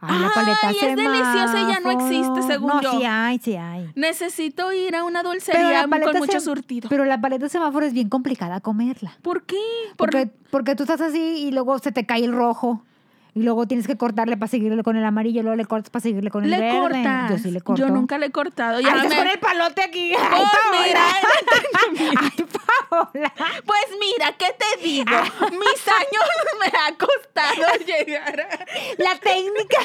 [SPEAKER 1] Ay, la
[SPEAKER 2] Ay,
[SPEAKER 1] paleta
[SPEAKER 2] es deliciosa y ya no
[SPEAKER 1] semáforo.
[SPEAKER 2] existe, según
[SPEAKER 1] no,
[SPEAKER 2] yo.
[SPEAKER 1] sí hay, sí hay.
[SPEAKER 2] Necesito ir a una
[SPEAKER 1] Pero la
[SPEAKER 2] dulcería
[SPEAKER 1] paleta
[SPEAKER 2] con mucho
[SPEAKER 1] sem-
[SPEAKER 2] surtido.
[SPEAKER 1] Pero la paleta semáforo es bien complicada comerla.
[SPEAKER 2] ¿Por qué? Por-
[SPEAKER 1] Porque, porque tú estás así y luego se te cae el rojo. Y luego tienes que cortarle para seguirle con el amarillo, luego le cortas para seguirle con el
[SPEAKER 2] le
[SPEAKER 1] verde.
[SPEAKER 2] cortas.
[SPEAKER 1] Yo sí le corto.
[SPEAKER 2] Yo nunca le he cortado.
[SPEAKER 1] Ay,
[SPEAKER 2] Ya
[SPEAKER 1] estás
[SPEAKER 2] me-
[SPEAKER 1] con el palote aquí. Ay,
[SPEAKER 2] Pues
[SPEAKER 1] Paola.
[SPEAKER 2] mira,
[SPEAKER 1] Ay, Paola.
[SPEAKER 2] pues mira, ¿qué te digo?
[SPEAKER 1] Ah.
[SPEAKER 2] Mis años me ha costado llegar a...
[SPEAKER 1] La técnica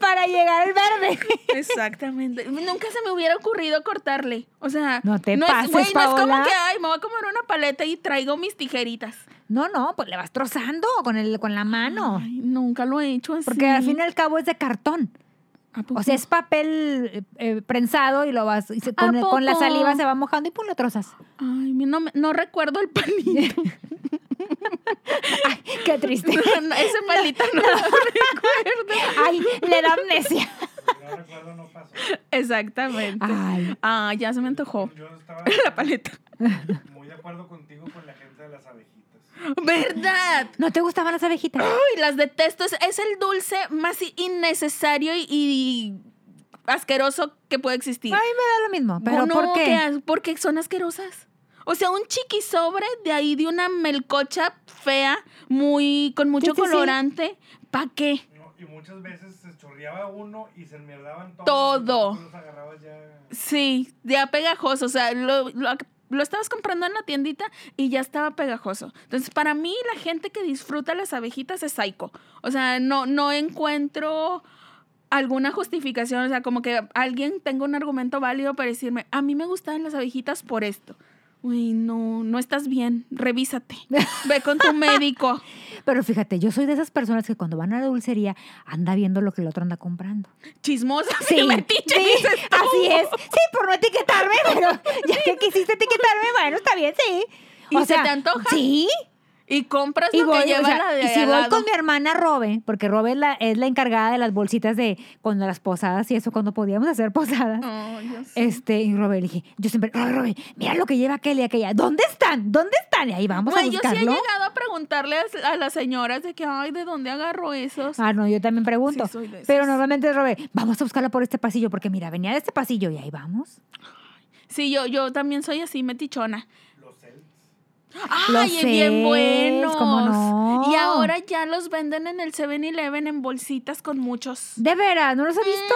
[SPEAKER 1] para llegar al verde.
[SPEAKER 2] Exactamente. Nunca se me hubiera ocurrido cortarle. O sea,
[SPEAKER 1] No te
[SPEAKER 2] es-
[SPEAKER 1] pases,
[SPEAKER 2] güey, no es
[SPEAKER 1] Paola.
[SPEAKER 2] como que, ay, me voy a comer una paleta y traigo mis tijeritas.
[SPEAKER 1] No, no, pues le vas trozando con, el, con la mano.
[SPEAKER 2] Ay, nunca lo he hecho así.
[SPEAKER 1] Porque al fin y al cabo es de cartón.
[SPEAKER 2] ¿A poco?
[SPEAKER 1] O sea, es papel eh, eh, prensado y lo vas. y se-
[SPEAKER 2] ¿A
[SPEAKER 1] con, con la
[SPEAKER 2] poco?
[SPEAKER 1] saliva se va mojando y pum, lo trozas.
[SPEAKER 2] Ay, mi- no, me- no recuerdo el palito.
[SPEAKER 1] Qué triste.
[SPEAKER 2] No, no, ese palito no, lo recuerdo.
[SPEAKER 1] Ay, le da amnesia.
[SPEAKER 3] No recuerdo, no pasó.
[SPEAKER 2] Exactamente.
[SPEAKER 1] Ay.
[SPEAKER 2] Ah, ya se me antojó
[SPEAKER 3] Yo estaba
[SPEAKER 2] la paleta.
[SPEAKER 3] muy de acuerdo contigo con la gente de las abejitas.
[SPEAKER 2] ¿Verdad?
[SPEAKER 1] ¿No te gustaban las abejitas?
[SPEAKER 2] Uy, las detesto. Es, es el dulce más i- innecesario y, y asqueroso que puede existir.
[SPEAKER 1] Ay, me da lo mismo. ¿Pero
[SPEAKER 2] no,
[SPEAKER 1] por qué?
[SPEAKER 2] as- porque son asquerosas. O sea, un chiqui sobre de ahí de una melcocha fea, muy con mucho
[SPEAKER 1] Sí, sí, sí.
[SPEAKER 2] colorante, ¿pa qué?
[SPEAKER 3] ¿no? Y muchas veces se chorreaba uno y se enmierdaban todos.
[SPEAKER 2] Todo.
[SPEAKER 3] Y tú los agarrabas ya.
[SPEAKER 2] Sí, ya pegajoso, o sea, lo, lo- lo estabas comprando en la tiendita y ya estaba pegajoso. Entonces, para mí la gente que disfruta las abejitas es psycho. O sea, no no encuentro alguna justificación, o sea, como que alguien tenga un argumento válido para decirme, a mí me gustaban las abejitas por esto. Uy, no, no estás bien, revísate. Ve con tu médico.
[SPEAKER 1] Pero fíjate, yo soy de esas personas que cuando van a la dulcería anda viendo lo que el otro anda comprando.
[SPEAKER 2] Chismosa, sí, metiche, dices tú.
[SPEAKER 1] así es. Sí, por no etiquetarme, pero ya que quisiste etiquetarme, bueno, está bien, sí.
[SPEAKER 2] ¿Y se te antoja?
[SPEAKER 1] Sí.
[SPEAKER 2] Y compras
[SPEAKER 1] Y,
[SPEAKER 2] lo
[SPEAKER 1] voy,
[SPEAKER 2] que
[SPEAKER 1] o
[SPEAKER 2] lleva
[SPEAKER 1] sea,
[SPEAKER 2] la de
[SPEAKER 1] y si
[SPEAKER 2] al
[SPEAKER 1] voy
[SPEAKER 2] lado.
[SPEAKER 1] con mi hermana Robe, porque Robe es la, es la encargada de las bolsitas de cuando las posadas y eso, cuando podíamos hacer posadas.
[SPEAKER 2] Oh, yo sé.
[SPEAKER 1] Este, y Robe, le dije, yo siempre, Robe, Robe, mira lo que lleva aquel y aquella. ¿Dónde están? ¿Dónde están? Y ahí vamos a
[SPEAKER 2] Güey, yo sí he
[SPEAKER 1] buscarlo.
[SPEAKER 2] llegado a preguntarle a, s- a las señoras de que, ay, ¿de dónde agarró esos?
[SPEAKER 1] Ah, no, yo también pregunto.
[SPEAKER 2] Sí, soy de esas.
[SPEAKER 1] Pero normalmente, Robert, vamos a buscarla por este pasillo, porque mira, venía de este pasillo y ahí vamos.
[SPEAKER 2] Sí, yo, yo también soy así, metichona.
[SPEAKER 3] Los Celts.
[SPEAKER 1] Los
[SPEAKER 2] ¡Ay, bien
[SPEAKER 1] Cells,
[SPEAKER 2] buenos!
[SPEAKER 1] ¿cómo no?
[SPEAKER 2] Y ahora ya los venden en el 7-Eleven en bolsitas con muchos.
[SPEAKER 1] De veras, no los he
[SPEAKER 2] Mm,
[SPEAKER 1] visto.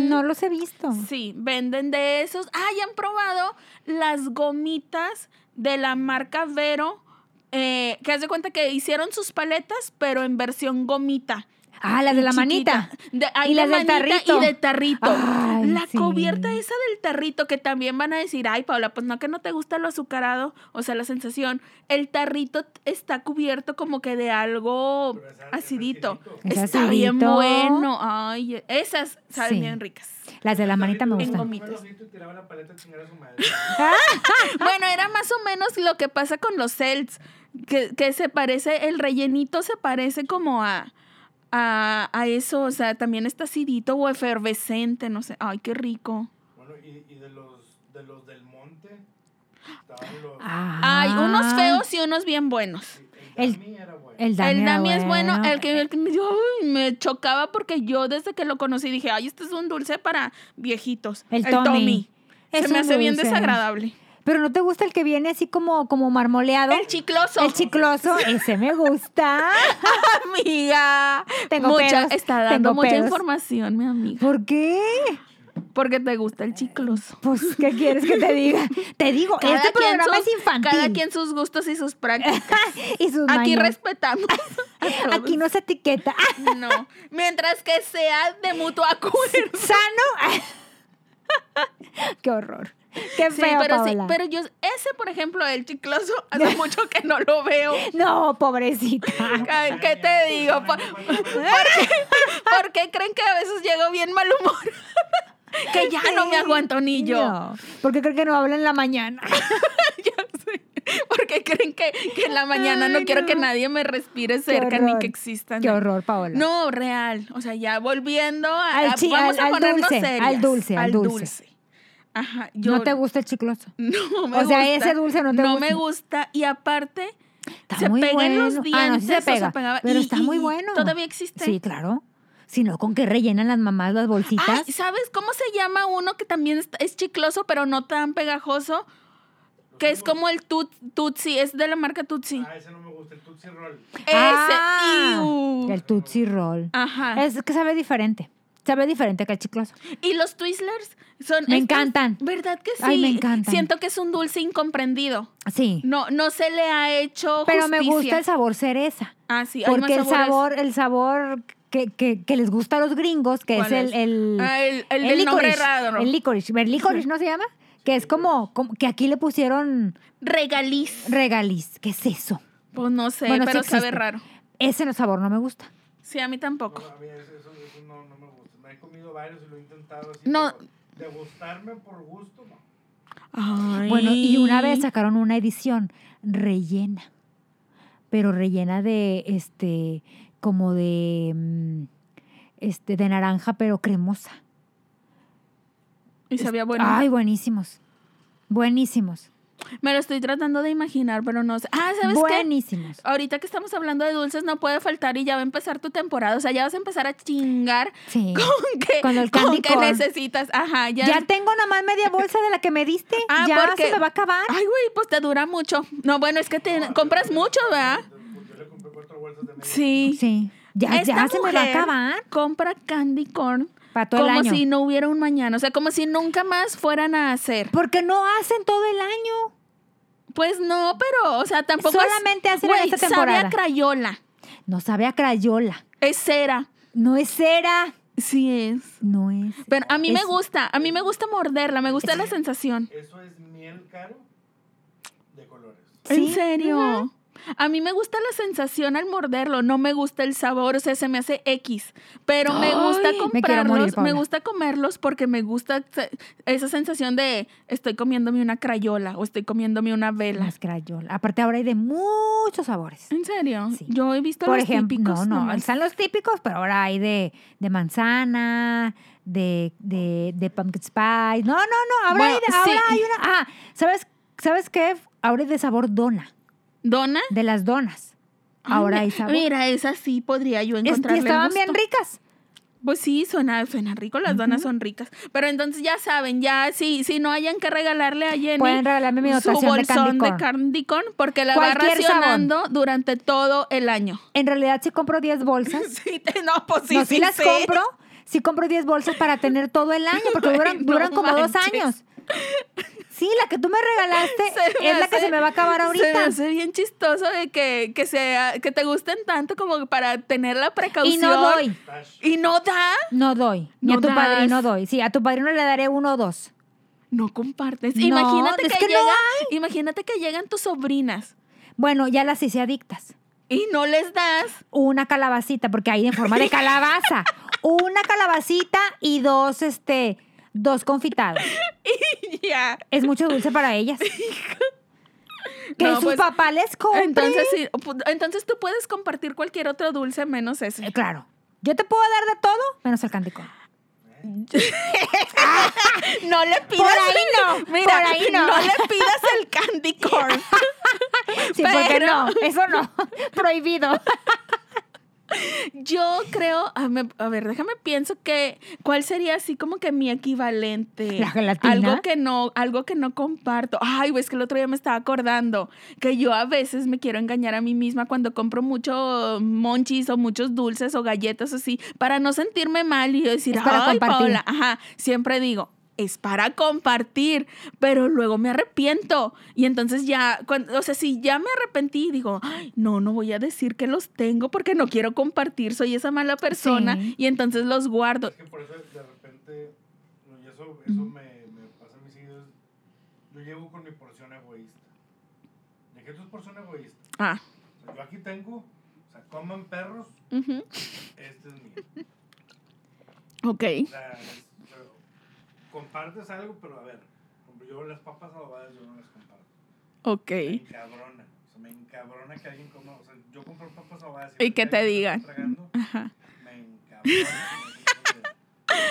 [SPEAKER 2] Ujú.
[SPEAKER 1] No los he visto.
[SPEAKER 2] Sí, venden de esos. Ah, ya han probado las gomitas de la marca Vero. eh, que haz de cuenta que hicieron sus paletas, pero en versión gomita.
[SPEAKER 1] Ah, las de la
[SPEAKER 2] chiquita.
[SPEAKER 1] manita.
[SPEAKER 2] De, ahí
[SPEAKER 1] Y
[SPEAKER 2] la
[SPEAKER 1] las del
[SPEAKER 2] manita
[SPEAKER 1] tarrito.
[SPEAKER 2] Y del tarrito.
[SPEAKER 1] Ay,
[SPEAKER 2] la
[SPEAKER 1] sí.
[SPEAKER 2] cubierta esa del tarrito que también van a decir, ay, Paula, pues no que no te gusta lo azucarado, o sea, la sensación. El tarrito t- está cubierto como que de algo
[SPEAKER 3] Pero es al- es
[SPEAKER 2] acidito.
[SPEAKER 3] acidito.
[SPEAKER 1] Es
[SPEAKER 2] Está bien
[SPEAKER 1] acidito.
[SPEAKER 2] bueno. Ay, esas saben
[SPEAKER 1] Sí.
[SPEAKER 2] bien ricas.
[SPEAKER 1] Las de la manita me
[SPEAKER 3] David
[SPEAKER 2] En
[SPEAKER 1] gustan.
[SPEAKER 2] gomi-
[SPEAKER 3] comía
[SPEAKER 2] gomitas.
[SPEAKER 3] el ojito y tiraba la paleta a chingar a su madre.
[SPEAKER 2] Bueno, era más o menos lo que pasa con los celts, que, que se parece, el rellenito se parece como a, a, a eso, o sea, también está acidito o efervescente, no sé, ay, qué rico.
[SPEAKER 3] Bueno, y, y de, los, de los del monte, estaban los...
[SPEAKER 1] Ah.
[SPEAKER 2] Ay, unos feos y unos bien buenos.
[SPEAKER 1] El-
[SPEAKER 3] El Dami era bueno.
[SPEAKER 1] El Dami,
[SPEAKER 2] el
[SPEAKER 1] era
[SPEAKER 2] Dami es bueno, el que, el que me, dio- ay, me chocaba porque yo desde que lo conocí dije, ay, este es un dulce para viejitos.
[SPEAKER 1] El Tommy.
[SPEAKER 2] Se
[SPEAKER 1] Es
[SPEAKER 2] me
[SPEAKER 1] un
[SPEAKER 2] hace bien
[SPEAKER 1] dulce.
[SPEAKER 2] desagradable.
[SPEAKER 1] Pero ¿no te gusta el que viene así como, como marmoleado?
[SPEAKER 2] El chicloso.
[SPEAKER 1] El chicloso, ese me gusta.
[SPEAKER 2] Amiga.
[SPEAKER 1] Tengo
[SPEAKER 2] mucha,
[SPEAKER 1] pedos,
[SPEAKER 2] Está dando
[SPEAKER 1] tengo
[SPEAKER 2] mucha
[SPEAKER 1] pedos.
[SPEAKER 2] información, mi amiga.
[SPEAKER 1] ¿Por qué?
[SPEAKER 2] Porque te gusta el chicloso.
[SPEAKER 1] Pues, ¿qué quieres que te diga? Te digo, este programa
[SPEAKER 2] sus-
[SPEAKER 1] es infantil.
[SPEAKER 2] Cada quien sus gustos y sus prácticas.
[SPEAKER 1] y sus
[SPEAKER 2] Aquí
[SPEAKER 1] mañas.
[SPEAKER 2] respetamos. a todos.
[SPEAKER 1] Aquí no se etiqueta. ¡Ah!
[SPEAKER 2] No. Mientras que sea de mutuo acuerdo.
[SPEAKER 1] sano. Qué horror. Qué feo,
[SPEAKER 2] Sí, pero sí,
[SPEAKER 1] Paola.
[SPEAKER 2] pero yo, ese por ejemplo, el chicloso, hace mucho que no lo veo.
[SPEAKER 1] No, pobrecita.
[SPEAKER 2] Ay, ¿Qué te digo? ¿Por, por- por qué creen que a veces llego bien mal humor? que ya no me aguanto ni yo.
[SPEAKER 1] No, porque creo que no habla en la mañana.
[SPEAKER 2] Ya sé. Porque creen que, que en la mañana no
[SPEAKER 1] Ay,
[SPEAKER 2] quiero que
[SPEAKER 1] no.
[SPEAKER 2] nadie me respire
[SPEAKER 1] Qué
[SPEAKER 2] cerca ni
[SPEAKER 1] horror.
[SPEAKER 2] que existan.
[SPEAKER 1] Qué horror, Paola.
[SPEAKER 2] No, real. O sea, ya volviendo a,
[SPEAKER 1] Al chi-
[SPEAKER 2] vamos
[SPEAKER 1] al-
[SPEAKER 2] a
[SPEAKER 1] al
[SPEAKER 2] ponernos
[SPEAKER 1] dulce,
[SPEAKER 2] serias.
[SPEAKER 1] al dulce, al dulce.
[SPEAKER 2] Ajá, yo Mm,
[SPEAKER 1] No te gusta el chicloso.
[SPEAKER 2] no me
[SPEAKER 1] O sea,
[SPEAKER 2] gusta.
[SPEAKER 1] ese dulce no te
[SPEAKER 2] No
[SPEAKER 1] gusta.
[SPEAKER 2] me gusta y aparte
[SPEAKER 1] Está
[SPEAKER 2] se
[SPEAKER 1] muy
[SPEAKER 2] pega en
[SPEAKER 1] bueno.
[SPEAKER 2] los dientes
[SPEAKER 1] Ah, no, sí se
[SPEAKER 2] o
[SPEAKER 1] pega.
[SPEAKER 2] pegaba.
[SPEAKER 1] pero
[SPEAKER 2] Y-
[SPEAKER 1] está
[SPEAKER 2] y-
[SPEAKER 1] muy
[SPEAKER 2] y
[SPEAKER 1] bueno.
[SPEAKER 2] Todavía existe.
[SPEAKER 1] Sí, claro. Si no, ¿con qué rellenan las mamás las bolsitas?
[SPEAKER 2] Ay, ¿sabes cómo se llama uno que también es- es chicloso pero no tan pegajoso? Que es como el tut, Tutsi, es de la marca Tutsi.
[SPEAKER 3] Ah, ese no me gusta, el Tootsie Roll.
[SPEAKER 2] Ese.
[SPEAKER 1] Ah,
[SPEAKER 2] ¡iu! Ah.
[SPEAKER 1] El Tootsie Roll.
[SPEAKER 2] Ajá.
[SPEAKER 1] Es que sabe diferente. Sabe diferente que el chicloso.
[SPEAKER 2] Y los Twizzlers son.
[SPEAKER 1] Me
[SPEAKER 2] estos-
[SPEAKER 1] encantan.
[SPEAKER 2] ¿Verdad que sí?
[SPEAKER 1] Ay, me encantan.
[SPEAKER 2] Siento que es un dulce incomprendido.
[SPEAKER 1] Sí.
[SPEAKER 2] No, no se le ha hecho.
[SPEAKER 1] pero me
[SPEAKER 2] justicia.
[SPEAKER 1] gusta el sabor cereza.
[SPEAKER 2] Ah, sí, hay más
[SPEAKER 1] Porque el
[SPEAKER 2] sabores.
[SPEAKER 1] sabor, el sabor que, que- que les gusta a los gringos, que es
[SPEAKER 2] ¿Cuál
[SPEAKER 1] el,
[SPEAKER 2] es?
[SPEAKER 1] el,
[SPEAKER 2] Ah, el- el del nombre raro.
[SPEAKER 1] El licorice. ¿El licorice no se llama? Que es como, como- que aquí le pusieron
[SPEAKER 2] Regaliz.
[SPEAKER 1] regaliz. ¿Qué es eso?
[SPEAKER 2] Pues no sé,
[SPEAKER 1] Bueno, sí
[SPEAKER 2] pero sabe
[SPEAKER 1] existe.
[SPEAKER 2] raro.
[SPEAKER 1] Ese no sabor no me gusta.
[SPEAKER 2] Sí, a mí tampoco.
[SPEAKER 3] No, a mí eso, eso- eso no, no me gusta. Me he comido varios y lo he intentado así.
[SPEAKER 2] No.
[SPEAKER 3] pero De gustarme por gusto, no.
[SPEAKER 2] Ay.
[SPEAKER 1] Bueno, y una vez sacaron una edición rellena. Pero rellena de este, como de mm, este, de naranja, pero cremosa.
[SPEAKER 2] Y sabía bueno.
[SPEAKER 1] Ay, buenísimos. Buenísimos.
[SPEAKER 2] Me lo estoy tratando de imaginar, pero no sé. Ah, ¿sabes qué?
[SPEAKER 1] buenísimos.
[SPEAKER 2] Ahorita que estamos hablando de dulces, no puede faltar y ya va a empezar tu temporada. O sea, ya vas a empezar a chingar
[SPEAKER 1] Sí.
[SPEAKER 2] con que,
[SPEAKER 1] Con el candy
[SPEAKER 2] que
[SPEAKER 1] corn.
[SPEAKER 2] necesitas. Ajá, ya.
[SPEAKER 1] Ya tengo nomás media bolsa de la que me diste.
[SPEAKER 2] Ah,
[SPEAKER 1] ya
[SPEAKER 2] porque-
[SPEAKER 1] se me va a acabar.
[SPEAKER 2] Ay, güey, pues te dura mucho. No, bueno, es que te compras mucho, ¿verdad?
[SPEAKER 3] Yo le compré cuatro bolsas de medio.
[SPEAKER 2] Sí.
[SPEAKER 1] Sí. Ya,
[SPEAKER 2] Esta
[SPEAKER 1] ya se me va a
[SPEAKER 2] mujer
[SPEAKER 1] acabar.
[SPEAKER 2] Compra candy corn
[SPEAKER 1] Para todo el
[SPEAKER 2] como
[SPEAKER 1] año.
[SPEAKER 2] si no hubiera un mañana. O sea, como si nunca más fueran a hacer.
[SPEAKER 1] Porque no hacen todo el año.
[SPEAKER 2] Pues no, pero, o sea, tampoco es-
[SPEAKER 1] Solamente hacen en
[SPEAKER 2] Güey,
[SPEAKER 1] esta
[SPEAKER 2] sabe a
[SPEAKER 1] temporada.
[SPEAKER 2] crayola.
[SPEAKER 1] No sabe a crayola.
[SPEAKER 2] Es cera.
[SPEAKER 1] No es cera.
[SPEAKER 2] Sí es.
[SPEAKER 1] No es.
[SPEAKER 2] Pero a mí me
[SPEAKER 1] Es-
[SPEAKER 2] gusta, a mí me gusta morderla, me gusta la sensación.
[SPEAKER 3] Eso es miel caro de colores.
[SPEAKER 2] ¿En
[SPEAKER 1] ¿Sí?
[SPEAKER 2] serio?
[SPEAKER 1] Ujú.
[SPEAKER 2] A mí me gusta la sensación al morderlo, no me gusta el sabor, o sea, se me hace X, pero me gusta
[SPEAKER 1] Ay, me quiero morir,
[SPEAKER 2] comprarlos, me,
[SPEAKER 1] Paola.
[SPEAKER 2] gusta comerlos porque me gusta se- esa sensación de estoy comiéndome una crayola o estoy comiéndome una vela.
[SPEAKER 1] Las crayolas. Aparte ahora hay de muchos sabores.
[SPEAKER 2] ¿En serio?
[SPEAKER 1] Sí.
[SPEAKER 2] Yo he visto
[SPEAKER 1] Por
[SPEAKER 2] los
[SPEAKER 1] ejemplo,
[SPEAKER 2] típicos.
[SPEAKER 1] no, no,
[SPEAKER 2] nomás.
[SPEAKER 1] están los típicos, pero ahora hay de, de manzana, de, de, de pumpkin spice. No, no, no, ahora, hay,
[SPEAKER 2] Bueno,
[SPEAKER 1] de- ahora
[SPEAKER 2] sí.
[SPEAKER 1] hay una... Ah, ¿sabes, ¿sabes qué? Ahora es de sabor dona,
[SPEAKER 2] ¿Dona?
[SPEAKER 1] de las donas. Ahora
[SPEAKER 2] Ay,
[SPEAKER 1] hay
[SPEAKER 2] mi-
[SPEAKER 1] sabor.
[SPEAKER 2] Ah, Mira, esa sí podría yo
[SPEAKER 1] Es- y
[SPEAKER 2] encontrarle el
[SPEAKER 1] estaban
[SPEAKER 2] gusto.
[SPEAKER 1] bien ricas.
[SPEAKER 2] Pues sí, suena, suena rico, las donas son ricas. Pero entonces ya saben, ya si, si no hayan que regalarle a Jenny
[SPEAKER 1] Pueden regalarme mi
[SPEAKER 2] su
[SPEAKER 1] dotación de candy
[SPEAKER 2] bolsón de
[SPEAKER 1] corn.
[SPEAKER 2] candy corn porque la va
[SPEAKER 1] Cualquier
[SPEAKER 2] racionando durante todo el año.
[SPEAKER 1] En realidad sí compro 10 bolsas.
[SPEAKER 2] Sí, te- no, pues sí,
[SPEAKER 1] no, sí,
[SPEAKER 2] sí
[SPEAKER 1] las
[SPEAKER 2] sé.
[SPEAKER 1] compro. Sí compro 10 bolsas para tener todo el año, porque duran,
[SPEAKER 2] Ay, no
[SPEAKER 1] duran como dos
[SPEAKER 2] manches.
[SPEAKER 1] años. Sí, la que tú me regalaste
[SPEAKER 2] Se me
[SPEAKER 1] es la que
[SPEAKER 2] hace-
[SPEAKER 1] se me va a acabar
[SPEAKER 2] Se me
[SPEAKER 1] ahorita.
[SPEAKER 2] hace bien chistoso de que, que, sea, que te gusten tanto como para tener la precaución.
[SPEAKER 1] Y no doy,
[SPEAKER 3] Tash.
[SPEAKER 2] ¿Y no da?
[SPEAKER 1] no doy. Ni
[SPEAKER 2] No
[SPEAKER 1] a tu
[SPEAKER 2] das.
[SPEAKER 1] padrino doy. Sí, a tu padrino le daré uno o dos.
[SPEAKER 2] No compartes.
[SPEAKER 1] No,
[SPEAKER 2] imagínate,
[SPEAKER 1] es
[SPEAKER 2] que
[SPEAKER 1] que no
[SPEAKER 2] llega, imagínate que llegan tus sobrinas
[SPEAKER 1] Bueno, ya las hice adictas.
[SPEAKER 2] y no les das.
[SPEAKER 1] Una calabacita, porque hay en forma de calabaza. Una calabacita y dos, este, dos confitados.
[SPEAKER 2] Y ya.
[SPEAKER 1] Es mucho dulce para ellas. Que
[SPEAKER 2] No,
[SPEAKER 1] sus
[SPEAKER 2] pues,
[SPEAKER 1] papás les compren.
[SPEAKER 2] Entonces, sí, pu- entonces tú puedes compartir cualquier otro dulce menos ese.
[SPEAKER 1] Eh, Claro. Yo te puedo dar de todo menos el cántico.
[SPEAKER 2] No le pidas.
[SPEAKER 1] ahí no,
[SPEAKER 2] Mira,
[SPEAKER 1] por ahí no.
[SPEAKER 2] le pidas el candy corn.
[SPEAKER 1] Sí, porque
[SPEAKER 2] Pero-
[SPEAKER 1] no, eso no. Prohibido.
[SPEAKER 2] Yo creo, a, me- a ver, déjame pienso que cuál sería así como que mi equivalente.
[SPEAKER 1] ¿La gelatina?
[SPEAKER 2] Algo que no, algo que no comparto. Ay, güey, es que el otro día me estaba acordando que yo a veces me quiero engañar a mí misma cuando compro mucho monchis o muchos dulces o galletas así para no sentirme mal y yo decir,
[SPEAKER 1] Es para
[SPEAKER 2] ay,
[SPEAKER 1] compartir".
[SPEAKER 2] Paola, ajá, siempre digo. Es para compartir, pero luego me arrepiento. Y entonces ya, cuan- o sea, si ya me arrepentí, digo, "Ay, no, no voy a decir que los tengo porque no quiero compartir, soy esa mala persona.
[SPEAKER 1] Sí.
[SPEAKER 2] Y entonces los guardo.
[SPEAKER 3] Es que por eso de repente, no, y eso, eso me, me pasa a mis hijos, yo llego con mi porción egoísta. Dejé tu porción egoísta.
[SPEAKER 2] Ah,
[SPEAKER 3] O sea, yo aquí tengo, o sea, coman perros,
[SPEAKER 2] ujú.
[SPEAKER 3] este es mío.
[SPEAKER 2] ok.
[SPEAKER 3] O sea, es- o sea, compartes algo, pero a ver, como yo las papas adobadas yo no las comparto.
[SPEAKER 2] Ok.
[SPEAKER 3] Me encabrona. O sea, me encabrona que alguien coma, o sea, yo compro papas adobadas
[SPEAKER 2] Y que te digan.
[SPEAKER 3] Tragando,
[SPEAKER 2] Ajá.
[SPEAKER 3] Me encabrona.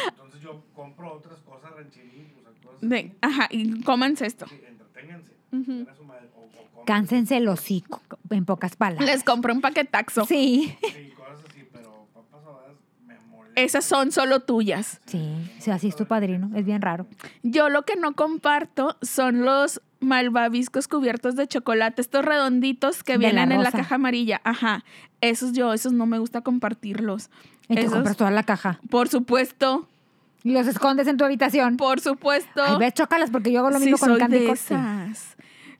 [SPEAKER 3] Entonces yo compro otras cosas, rancheril, o sea, cosas
[SPEAKER 2] De- ajá, y cómanse esto.
[SPEAKER 3] así. Sí, entreténganse.
[SPEAKER 2] Ujú.
[SPEAKER 3] Era su madre, o- o compren,
[SPEAKER 1] Cánsense el hocico, en pocas palabras.
[SPEAKER 2] Les compré un paquetaxo.
[SPEAKER 1] Sí.
[SPEAKER 3] Sí, cosas así, pero papas adobadas me molesta.
[SPEAKER 2] Esas son solo tuyas.
[SPEAKER 1] Sí, sí, así es tu padrino, es bien raro.
[SPEAKER 2] Yo lo que no comparto son los malvaviscos cubiertos de chocolate, estos redonditos que
[SPEAKER 1] De la
[SPEAKER 2] vienen en la
[SPEAKER 1] rosa.
[SPEAKER 2] caja amarilla. Ajá. Esos yo, esos no me gusta compartirlos.
[SPEAKER 1] Y tú
[SPEAKER 2] Esos-
[SPEAKER 1] compras toda la caja.
[SPEAKER 2] Por supuesto,
[SPEAKER 1] Y los escondes en tu habitación.
[SPEAKER 2] por supuesto.
[SPEAKER 1] Ay, ves, chócalas porque yo hago lo mismo
[SPEAKER 2] Sí,
[SPEAKER 1] con el
[SPEAKER 2] soy
[SPEAKER 1] Candy
[SPEAKER 2] de
[SPEAKER 1] Crush, sí.
[SPEAKER 2] esas.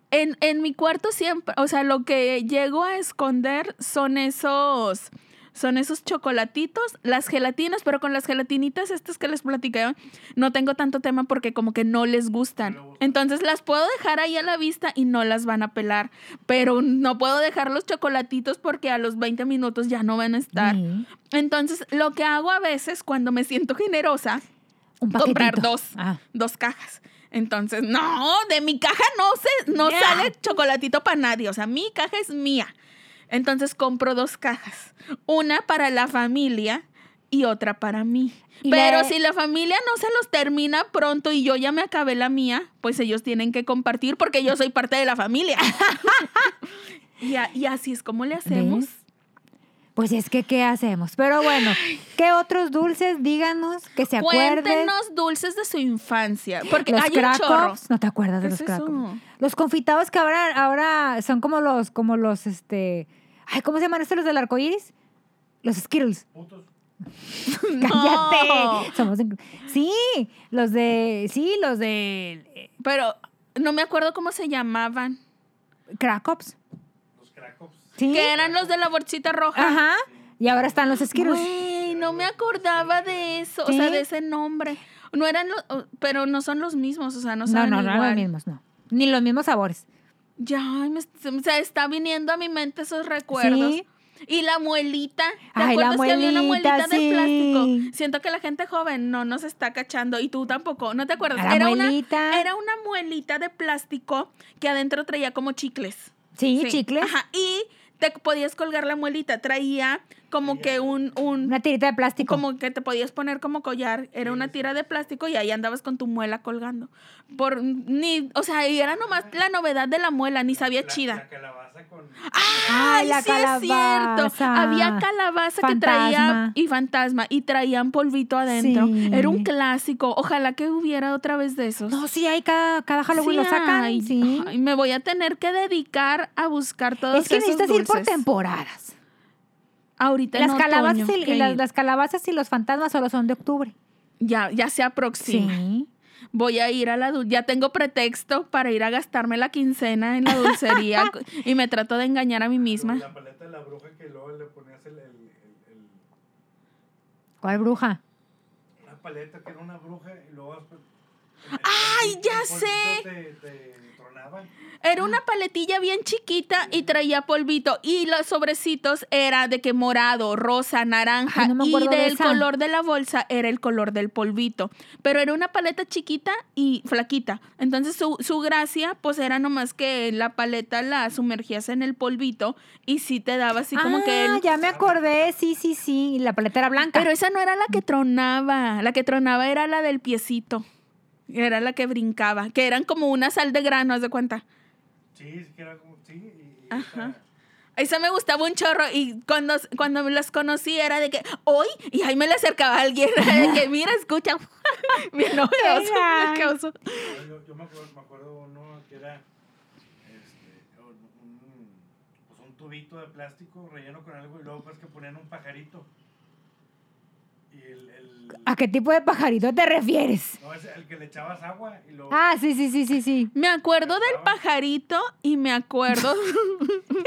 [SPEAKER 2] En, en mi cuarto siempre, o sea, lo que llego a esconder son esos, son esos chocolatitos, las gelatinas, pero con las gelatinitas estas que les platicé, no tengo tanto tema porque como que no les gustan.
[SPEAKER 3] No le gustan.
[SPEAKER 2] Entonces las puedo dejar ahí a la vista y no las van a pelar, pero no puedo dejar los chocolatitos porque a los 20 minutos ya no van a estar.
[SPEAKER 1] Sí,
[SPEAKER 2] Entonces lo que hago a veces cuando me siento generosa
[SPEAKER 1] Un paquetito.
[SPEAKER 2] comprar dos,
[SPEAKER 1] Ah.
[SPEAKER 2] dos cajas. Entonces, no, de mi caja no se, no
[SPEAKER 1] Ya.
[SPEAKER 2] sale chocolatito para nadie. O sea, mi caja es mía. Entonces compro dos cajas. Una para la familia y otra para mí.
[SPEAKER 1] Y
[SPEAKER 2] Pero
[SPEAKER 1] la-
[SPEAKER 2] si la familia no se los termina pronto y yo ya me acabé la mía, pues ellos tienen que compartir porque yo soy parte de la familia. y, a- y así es como le hacemos.
[SPEAKER 1] ¿Ves? Pues es que, ¿qué hacemos? Pero bueno, ¿qué otros dulces? Díganos, que se acuerden.
[SPEAKER 2] Cuéntenos dulces de su infancia. Porque
[SPEAKER 1] Los
[SPEAKER 2] hay
[SPEAKER 1] Crack
[SPEAKER 2] un chorro.
[SPEAKER 1] Ups, No te acuerdas de
[SPEAKER 2] ¿Qué
[SPEAKER 1] los
[SPEAKER 2] es
[SPEAKER 1] Crack
[SPEAKER 2] eso?
[SPEAKER 1] Ups. Los confitados que ahora, ahora son como los, como los, este. Ay, ¿cómo se llaman estos los del arco iris? Los Skittles.
[SPEAKER 3] Putos.
[SPEAKER 1] ¡Cállate! Somos en- Sí, los de. Sí, los de.
[SPEAKER 2] Pero no me acuerdo cómo se llamaban.
[SPEAKER 1] Crack Ups.
[SPEAKER 3] Los cracops.
[SPEAKER 1] Sí.
[SPEAKER 2] Que eran los de la bolsita roja.
[SPEAKER 1] Ajá. Y ahora están los Skittles.
[SPEAKER 2] Güey, no me acordaba de eso, o sea,
[SPEAKER 1] Sí.
[SPEAKER 2] de ese nombre. No eran los, o- pero no son los mismos, o sea, no
[SPEAKER 1] No,
[SPEAKER 2] saben
[SPEAKER 1] no, no
[SPEAKER 2] igual.
[SPEAKER 1] eran los mismos, no. Ni los mismos sabores.
[SPEAKER 2] Ya, ay, me, est- o sea, está viniendo a mi mente esos recuerdos.
[SPEAKER 1] Sí.
[SPEAKER 2] Y la muelita, ¿te
[SPEAKER 1] Ay, la
[SPEAKER 2] acuerdas que había una
[SPEAKER 1] muelita,
[SPEAKER 2] muelita
[SPEAKER 1] sí.
[SPEAKER 2] de plástico? Siento que la gente joven no nos está cachando y tú tampoco, ¿no te acuerdas?
[SPEAKER 1] A la
[SPEAKER 2] era
[SPEAKER 1] muelita.
[SPEAKER 2] una era una muelita de plástico que adentro traía como chicles.
[SPEAKER 1] Sí,
[SPEAKER 2] Sí.
[SPEAKER 1] chicles.
[SPEAKER 2] Ajá, y te podías colgar la muelita, traía como que un, un
[SPEAKER 1] Una tirita de plástico.
[SPEAKER 2] como que te podías poner como collar, era una tira de plástico y ahí andabas con tu muela colgando. Por ni, o sea, y era nomás la novedad de la muela, ni sabía
[SPEAKER 3] La- La
[SPEAKER 2] chida.
[SPEAKER 3] calabaza con.
[SPEAKER 1] Ay,
[SPEAKER 2] Ay,
[SPEAKER 1] la
[SPEAKER 2] sí es cierto.
[SPEAKER 1] calabaza.
[SPEAKER 2] Había calabaza que
[SPEAKER 1] Fantasma.
[SPEAKER 2] traía y fantasma y traían polvito adentro.
[SPEAKER 1] Sí.
[SPEAKER 2] Era un clásico. Ojalá que hubiera otra vez de esos.
[SPEAKER 1] No, sí, hay cada, cada Halloween
[SPEAKER 2] Sí
[SPEAKER 1] lo sacan.
[SPEAKER 2] hay.
[SPEAKER 1] sí.
[SPEAKER 2] Ay, me voy a tener que dedicar a buscar todos
[SPEAKER 1] es que
[SPEAKER 2] esos
[SPEAKER 1] necesitas ir por
[SPEAKER 2] dulces.
[SPEAKER 1] temporadas.
[SPEAKER 2] Ahorita en
[SPEAKER 1] Las calabazas,
[SPEAKER 2] otoño,
[SPEAKER 1] y, y
[SPEAKER 2] que
[SPEAKER 1] las,
[SPEAKER 2] ir.
[SPEAKER 1] las calabazas y los fantasmas solo son de octubre.
[SPEAKER 2] ya ya se aproxima.
[SPEAKER 1] Sí.
[SPEAKER 2] voy a ir a la dul- ya tengo pretexto para ir a gastarme la quincena en la dulcería cu- y me trato de engañar a mí misma.
[SPEAKER 3] La paleta de la bruja que luego le ponías el. el- el- el-
[SPEAKER 1] ¿Cuál bruja?
[SPEAKER 3] una paleta que era una bruja y luego. después-
[SPEAKER 2] ¡Ay,
[SPEAKER 3] el-
[SPEAKER 2] ya
[SPEAKER 3] el
[SPEAKER 2] sé!
[SPEAKER 3] polvito Te, te tronaba.
[SPEAKER 2] Era una paletilla bien chiquita y traía polvito y los sobrecitos era de que morado, rosa, naranja
[SPEAKER 1] Ay, no me
[SPEAKER 2] y
[SPEAKER 1] acuerdo de
[SPEAKER 2] del
[SPEAKER 1] esa.
[SPEAKER 2] color de la bolsa era el color del polvito, pero era una paleta chiquita y flaquita. Entonces su, su gracia pues era nomás que la paleta la sumergías en el polvito y sí te daba así como que el
[SPEAKER 1] Ah, ya me acordé. Sí, sí, sí. Y la paletera blanca.
[SPEAKER 2] Pero esa no era la que tronaba. La que tronaba era la del piecito. Era la que brincaba. Que eran como una sal de grano, haz de cuenta.
[SPEAKER 3] Sí, sí que era como. Sí, y. y
[SPEAKER 2] Ajá.
[SPEAKER 3] esa-
[SPEAKER 2] Esa me gustaba un chorro. Y cuando, cuando las conocí era de que, ¡hoy! Y ahí me le acercaba a alguien. de que, mira, escucha. Bien ojeoso,
[SPEAKER 1] Ay.
[SPEAKER 2] bien ojeoso.
[SPEAKER 3] Ay, Ah, Yo, yo me, acuerdo, me acuerdo uno que era este, un, un- pues un tubito de plástico relleno con algo y luego pues que ponían un pajarito. Y el, el,
[SPEAKER 2] Ah,
[SPEAKER 1] ¿A qué tipo de pajarito te refieres?
[SPEAKER 3] no, es el que le echabas agua y luego
[SPEAKER 1] Ah, sí, sí, sí, sí, sí.
[SPEAKER 2] Me acuerdo del pajarito y me acuerdo.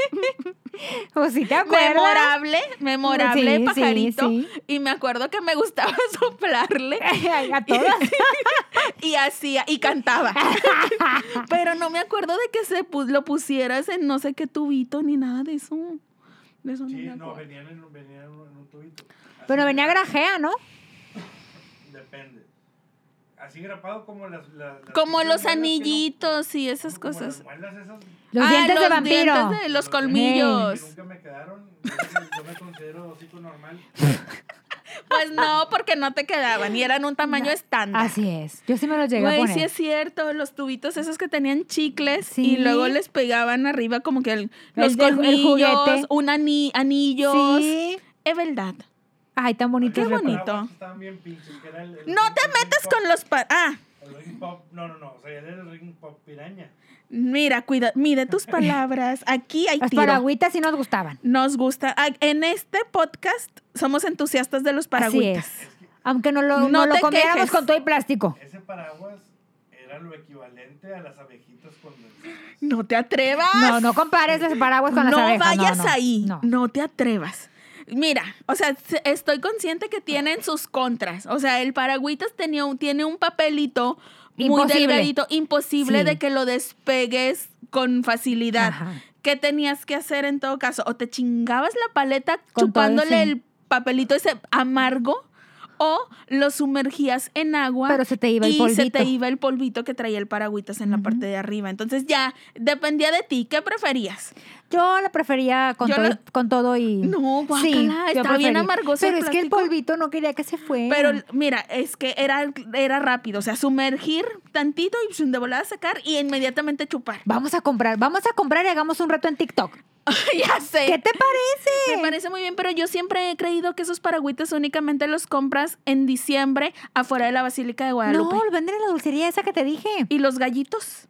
[SPEAKER 1] O si te acuerdas.
[SPEAKER 2] memorable, memorable
[SPEAKER 1] Sí, sí,
[SPEAKER 2] pajarito.
[SPEAKER 1] sí.
[SPEAKER 2] Y me acuerdo que me gustaba soplarle.
[SPEAKER 1] Ay, A todas.
[SPEAKER 2] y hacía y cantaba. Pero no me acuerdo de que se pu- lo pusieras en no sé qué tubito ni nada de eso. De eso no
[SPEAKER 3] sí,
[SPEAKER 2] me
[SPEAKER 3] no,
[SPEAKER 2] acuerdo.
[SPEAKER 3] venían en, un- venían en un, en un tubito. Así
[SPEAKER 1] Pero venía
[SPEAKER 3] gra-
[SPEAKER 1] grajea, ¿no?
[SPEAKER 3] Depende. Así grapado como las... las- las
[SPEAKER 2] Como
[SPEAKER 3] pinches
[SPEAKER 2] los
[SPEAKER 3] muelas que no-
[SPEAKER 2] anillitos y esas
[SPEAKER 3] como las
[SPEAKER 2] cosas.
[SPEAKER 3] muelas esas
[SPEAKER 1] Los
[SPEAKER 2] Ah,
[SPEAKER 1] dientes de
[SPEAKER 2] los
[SPEAKER 1] vampiro.
[SPEAKER 2] dientes de los
[SPEAKER 3] Los
[SPEAKER 2] colmillos.
[SPEAKER 3] que nunca me quedaron. Yo, yo me considero hocico normal.
[SPEAKER 2] Pues no, porque no te quedaban y eran un tamaño estándar.
[SPEAKER 1] Así es. Yo sí me los llegué a
[SPEAKER 2] Güey,
[SPEAKER 1] poner.
[SPEAKER 2] sí es cierto, los tubitos esos que tenían chicles
[SPEAKER 1] Sí.
[SPEAKER 2] y luego les pegaban arriba como que el- los
[SPEAKER 1] El de- el
[SPEAKER 2] colmillos,
[SPEAKER 1] juguete.
[SPEAKER 2] un ani- anillos.
[SPEAKER 1] Sí.
[SPEAKER 2] Es verdad.
[SPEAKER 1] Ay, tan bonitos.
[SPEAKER 2] Qué
[SPEAKER 1] recuerdos.
[SPEAKER 2] bonito.
[SPEAKER 3] Estaban bien pinches, que era el- el
[SPEAKER 2] No
[SPEAKER 3] ring-
[SPEAKER 2] te
[SPEAKER 3] ring
[SPEAKER 2] metas
[SPEAKER 3] pop.
[SPEAKER 2] con los pa- ah,
[SPEAKER 3] El ring pop, no, no, no, o sea, era el ring pop piraña.
[SPEAKER 2] Mira, cuida, mide tus palabras. Aquí hay
[SPEAKER 1] Las
[SPEAKER 2] tiro.
[SPEAKER 1] paragüitas sí nos gustaban.
[SPEAKER 2] Nos gusta. ah, En este podcast somos entusiastas de los
[SPEAKER 1] Así
[SPEAKER 2] paragüitas.
[SPEAKER 1] es. Aunque no lo, no
[SPEAKER 2] No
[SPEAKER 1] lo
[SPEAKER 2] te
[SPEAKER 1] comiéramos
[SPEAKER 2] quejes.
[SPEAKER 1] con todo y plástico.
[SPEAKER 3] Ese paraguas era lo equivalente a las abejitas condensadas.
[SPEAKER 2] No te atrevas.
[SPEAKER 1] No, no compares los paraguas con las
[SPEAKER 2] No
[SPEAKER 1] abejas.
[SPEAKER 2] vayas
[SPEAKER 1] no, no,
[SPEAKER 2] ahí.
[SPEAKER 1] no.
[SPEAKER 2] No. te atrevas. Mira, o sea, se- estoy consciente que tienen sus contras. O sea, el paragüitas tenía un, tiene un papelito muy
[SPEAKER 1] Imposible.
[SPEAKER 2] delgadito, imposible
[SPEAKER 1] Sí.
[SPEAKER 2] de que lo despegues con facilidad.
[SPEAKER 1] Ajá.
[SPEAKER 2] ¿Qué tenías que hacer en todo caso? O te chingabas la paleta
[SPEAKER 1] Con todo,
[SPEAKER 2] chupándole
[SPEAKER 1] sí.
[SPEAKER 2] el papelito ese amargo o lo sumergías en agua
[SPEAKER 1] Pero se te iba el
[SPEAKER 2] y se
[SPEAKER 1] polvito.
[SPEAKER 2] te iba el polvito que traía el paragüitas en la parte de arriba. Entonces ya dependía de ti, ¿qué preferías?
[SPEAKER 1] Yo la prefería con,
[SPEAKER 2] Yo
[SPEAKER 1] todo,
[SPEAKER 2] la-
[SPEAKER 1] y- con todo y.
[SPEAKER 2] No, guácala,
[SPEAKER 1] yo
[SPEAKER 2] estaba bien amargoso el
[SPEAKER 1] Pero es que el
[SPEAKER 2] plástico.
[SPEAKER 1] polvito no quería que se fuera.
[SPEAKER 2] Pero mira, es que era, era rápido, o sea, sumergir tantito y shun, de volada sacar y inmediatamente chupar.
[SPEAKER 1] Vamos a comprar, vamos a comprar y hagamos un reto en TikTok.
[SPEAKER 2] ya sé.
[SPEAKER 1] ¿Qué te parece?
[SPEAKER 2] Eh, Me parece muy bien, pero yo siempre he creído que esos paragüitas únicamente los compras en diciembre afuera de la Basílica de Guadalupe.
[SPEAKER 1] No, lo venden en la dulcería esa que te dije.
[SPEAKER 2] Y los gallitos.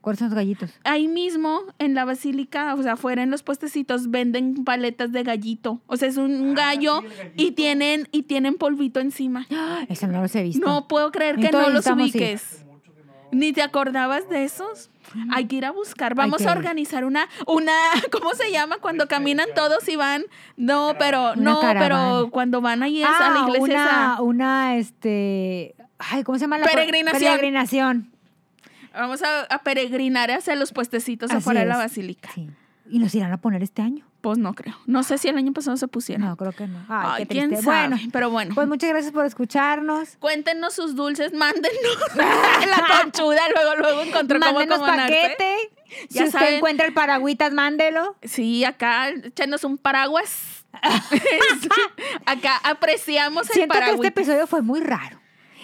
[SPEAKER 1] ¿Cuáles son los gallitos?
[SPEAKER 2] Ahí mismo, en la basílica, o sea, afuera en los puestecitos, venden paletas de gallito. O sea, es un un
[SPEAKER 3] Ah,
[SPEAKER 2] gallo
[SPEAKER 3] sí, el gallito.
[SPEAKER 2] y tienen, y tienen polvito encima.
[SPEAKER 1] Eso no los he visto.
[SPEAKER 2] No puedo creer que
[SPEAKER 1] Entonces,
[SPEAKER 2] no los
[SPEAKER 1] necesitamos ir.
[SPEAKER 2] ubiques.
[SPEAKER 3] Hace mucho que no.
[SPEAKER 2] ¿Ni te acordabas de esos? Hay que ir a buscar. Vamos
[SPEAKER 1] que
[SPEAKER 2] a
[SPEAKER 1] ir.
[SPEAKER 2] organizar una, una, ¿cómo se llama? Cuando caminan todos y van. No, pero,
[SPEAKER 1] Una
[SPEAKER 2] no,
[SPEAKER 1] caravana.
[SPEAKER 2] pero cuando van ahí es a la
[SPEAKER 1] Ah,
[SPEAKER 2] iglesia.
[SPEAKER 1] una,
[SPEAKER 2] esa.
[SPEAKER 1] una, este, ay, ¿cómo se llama la pro-
[SPEAKER 2] Peregrinación.
[SPEAKER 1] Peregrinación.
[SPEAKER 2] Vamos a, a peregrinar hacia los puestecitos
[SPEAKER 1] Así
[SPEAKER 2] afuera de la
[SPEAKER 1] es.
[SPEAKER 2] basílica.
[SPEAKER 1] Sí. Y nos irán a poner este año.
[SPEAKER 2] Pues no creo. No sé si el año pasado se pusieron.
[SPEAKER 1] No, creo que no. Ay,
[SPEAKER 2] Ay,
[SPEAKER 1] qué
[SPEAKER 2] quién
[SPEAKER 1] triste.
[SPEAKER 2] sabe.
[SPEAKER 1] Bueno,
[SPEAKER 2] pero bueno.
[SPEAKER 1] pues muchas gracias por escucharnos.
[SPEAKER 2] Cuéntenos sus dulces, mándennos la conchuda, luego, luego encontró cómo
[SPEAKER 1] Mándenos
[SPEAKER 2] acomodarte.
[SPEAKER 1] paquete.
[SPEAKER 2] Ya
[SPEAKER 1] si usted
[SPEAKER 2] saben.
[SPEAKER 1] encuentra el paragüitas, mándelo.
[SPEAKER 2] Sí, acá échenos un paraguas. Sí, acá apreciamos el
[SPEAKER 1] Siento que
[SPEAKER 2] paraguas.
[SPEAKER 1] este episodio fue muy raro.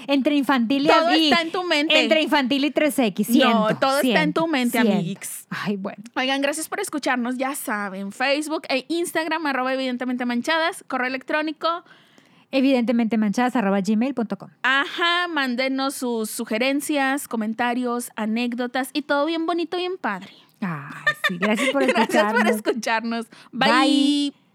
[SPEAKER 1] Entre infantil y
[SPEAKER 2] Todo
[SPEAKER 1] y-
[SPEAKER 2] está en tu mente.
[SPEAKER 1] Entre infantil y 3X. Siento,
[SPEAKER 2] No, todo está en tu mente,
[SPEAKER 1] siento.
[SPEAKER 2] amiguix.
[SPEAKER 1] Ay, bueno.
[SPEAKER 2] Oigan, gracias por escucharnos. Ya saben, Facebook e Instagram, arroba evidentemente manchadas, correo electrónico.
[SPEAKER 1] Evidentemente manchadas arroba gmail.com.
[SPEAKER 2] Ajá, mándenos sus sugerencias, comentarios, anécdotas y todo bien bonito, bien padre.
[SPEAKER 1] Ay, sí. Gracias por
[SPEAKER 2] Gracias
[SPEAKER 1] escucharnos.
[SPEAKER 2] por escucharnos. Bye.
[SPEAKER 1] Bye.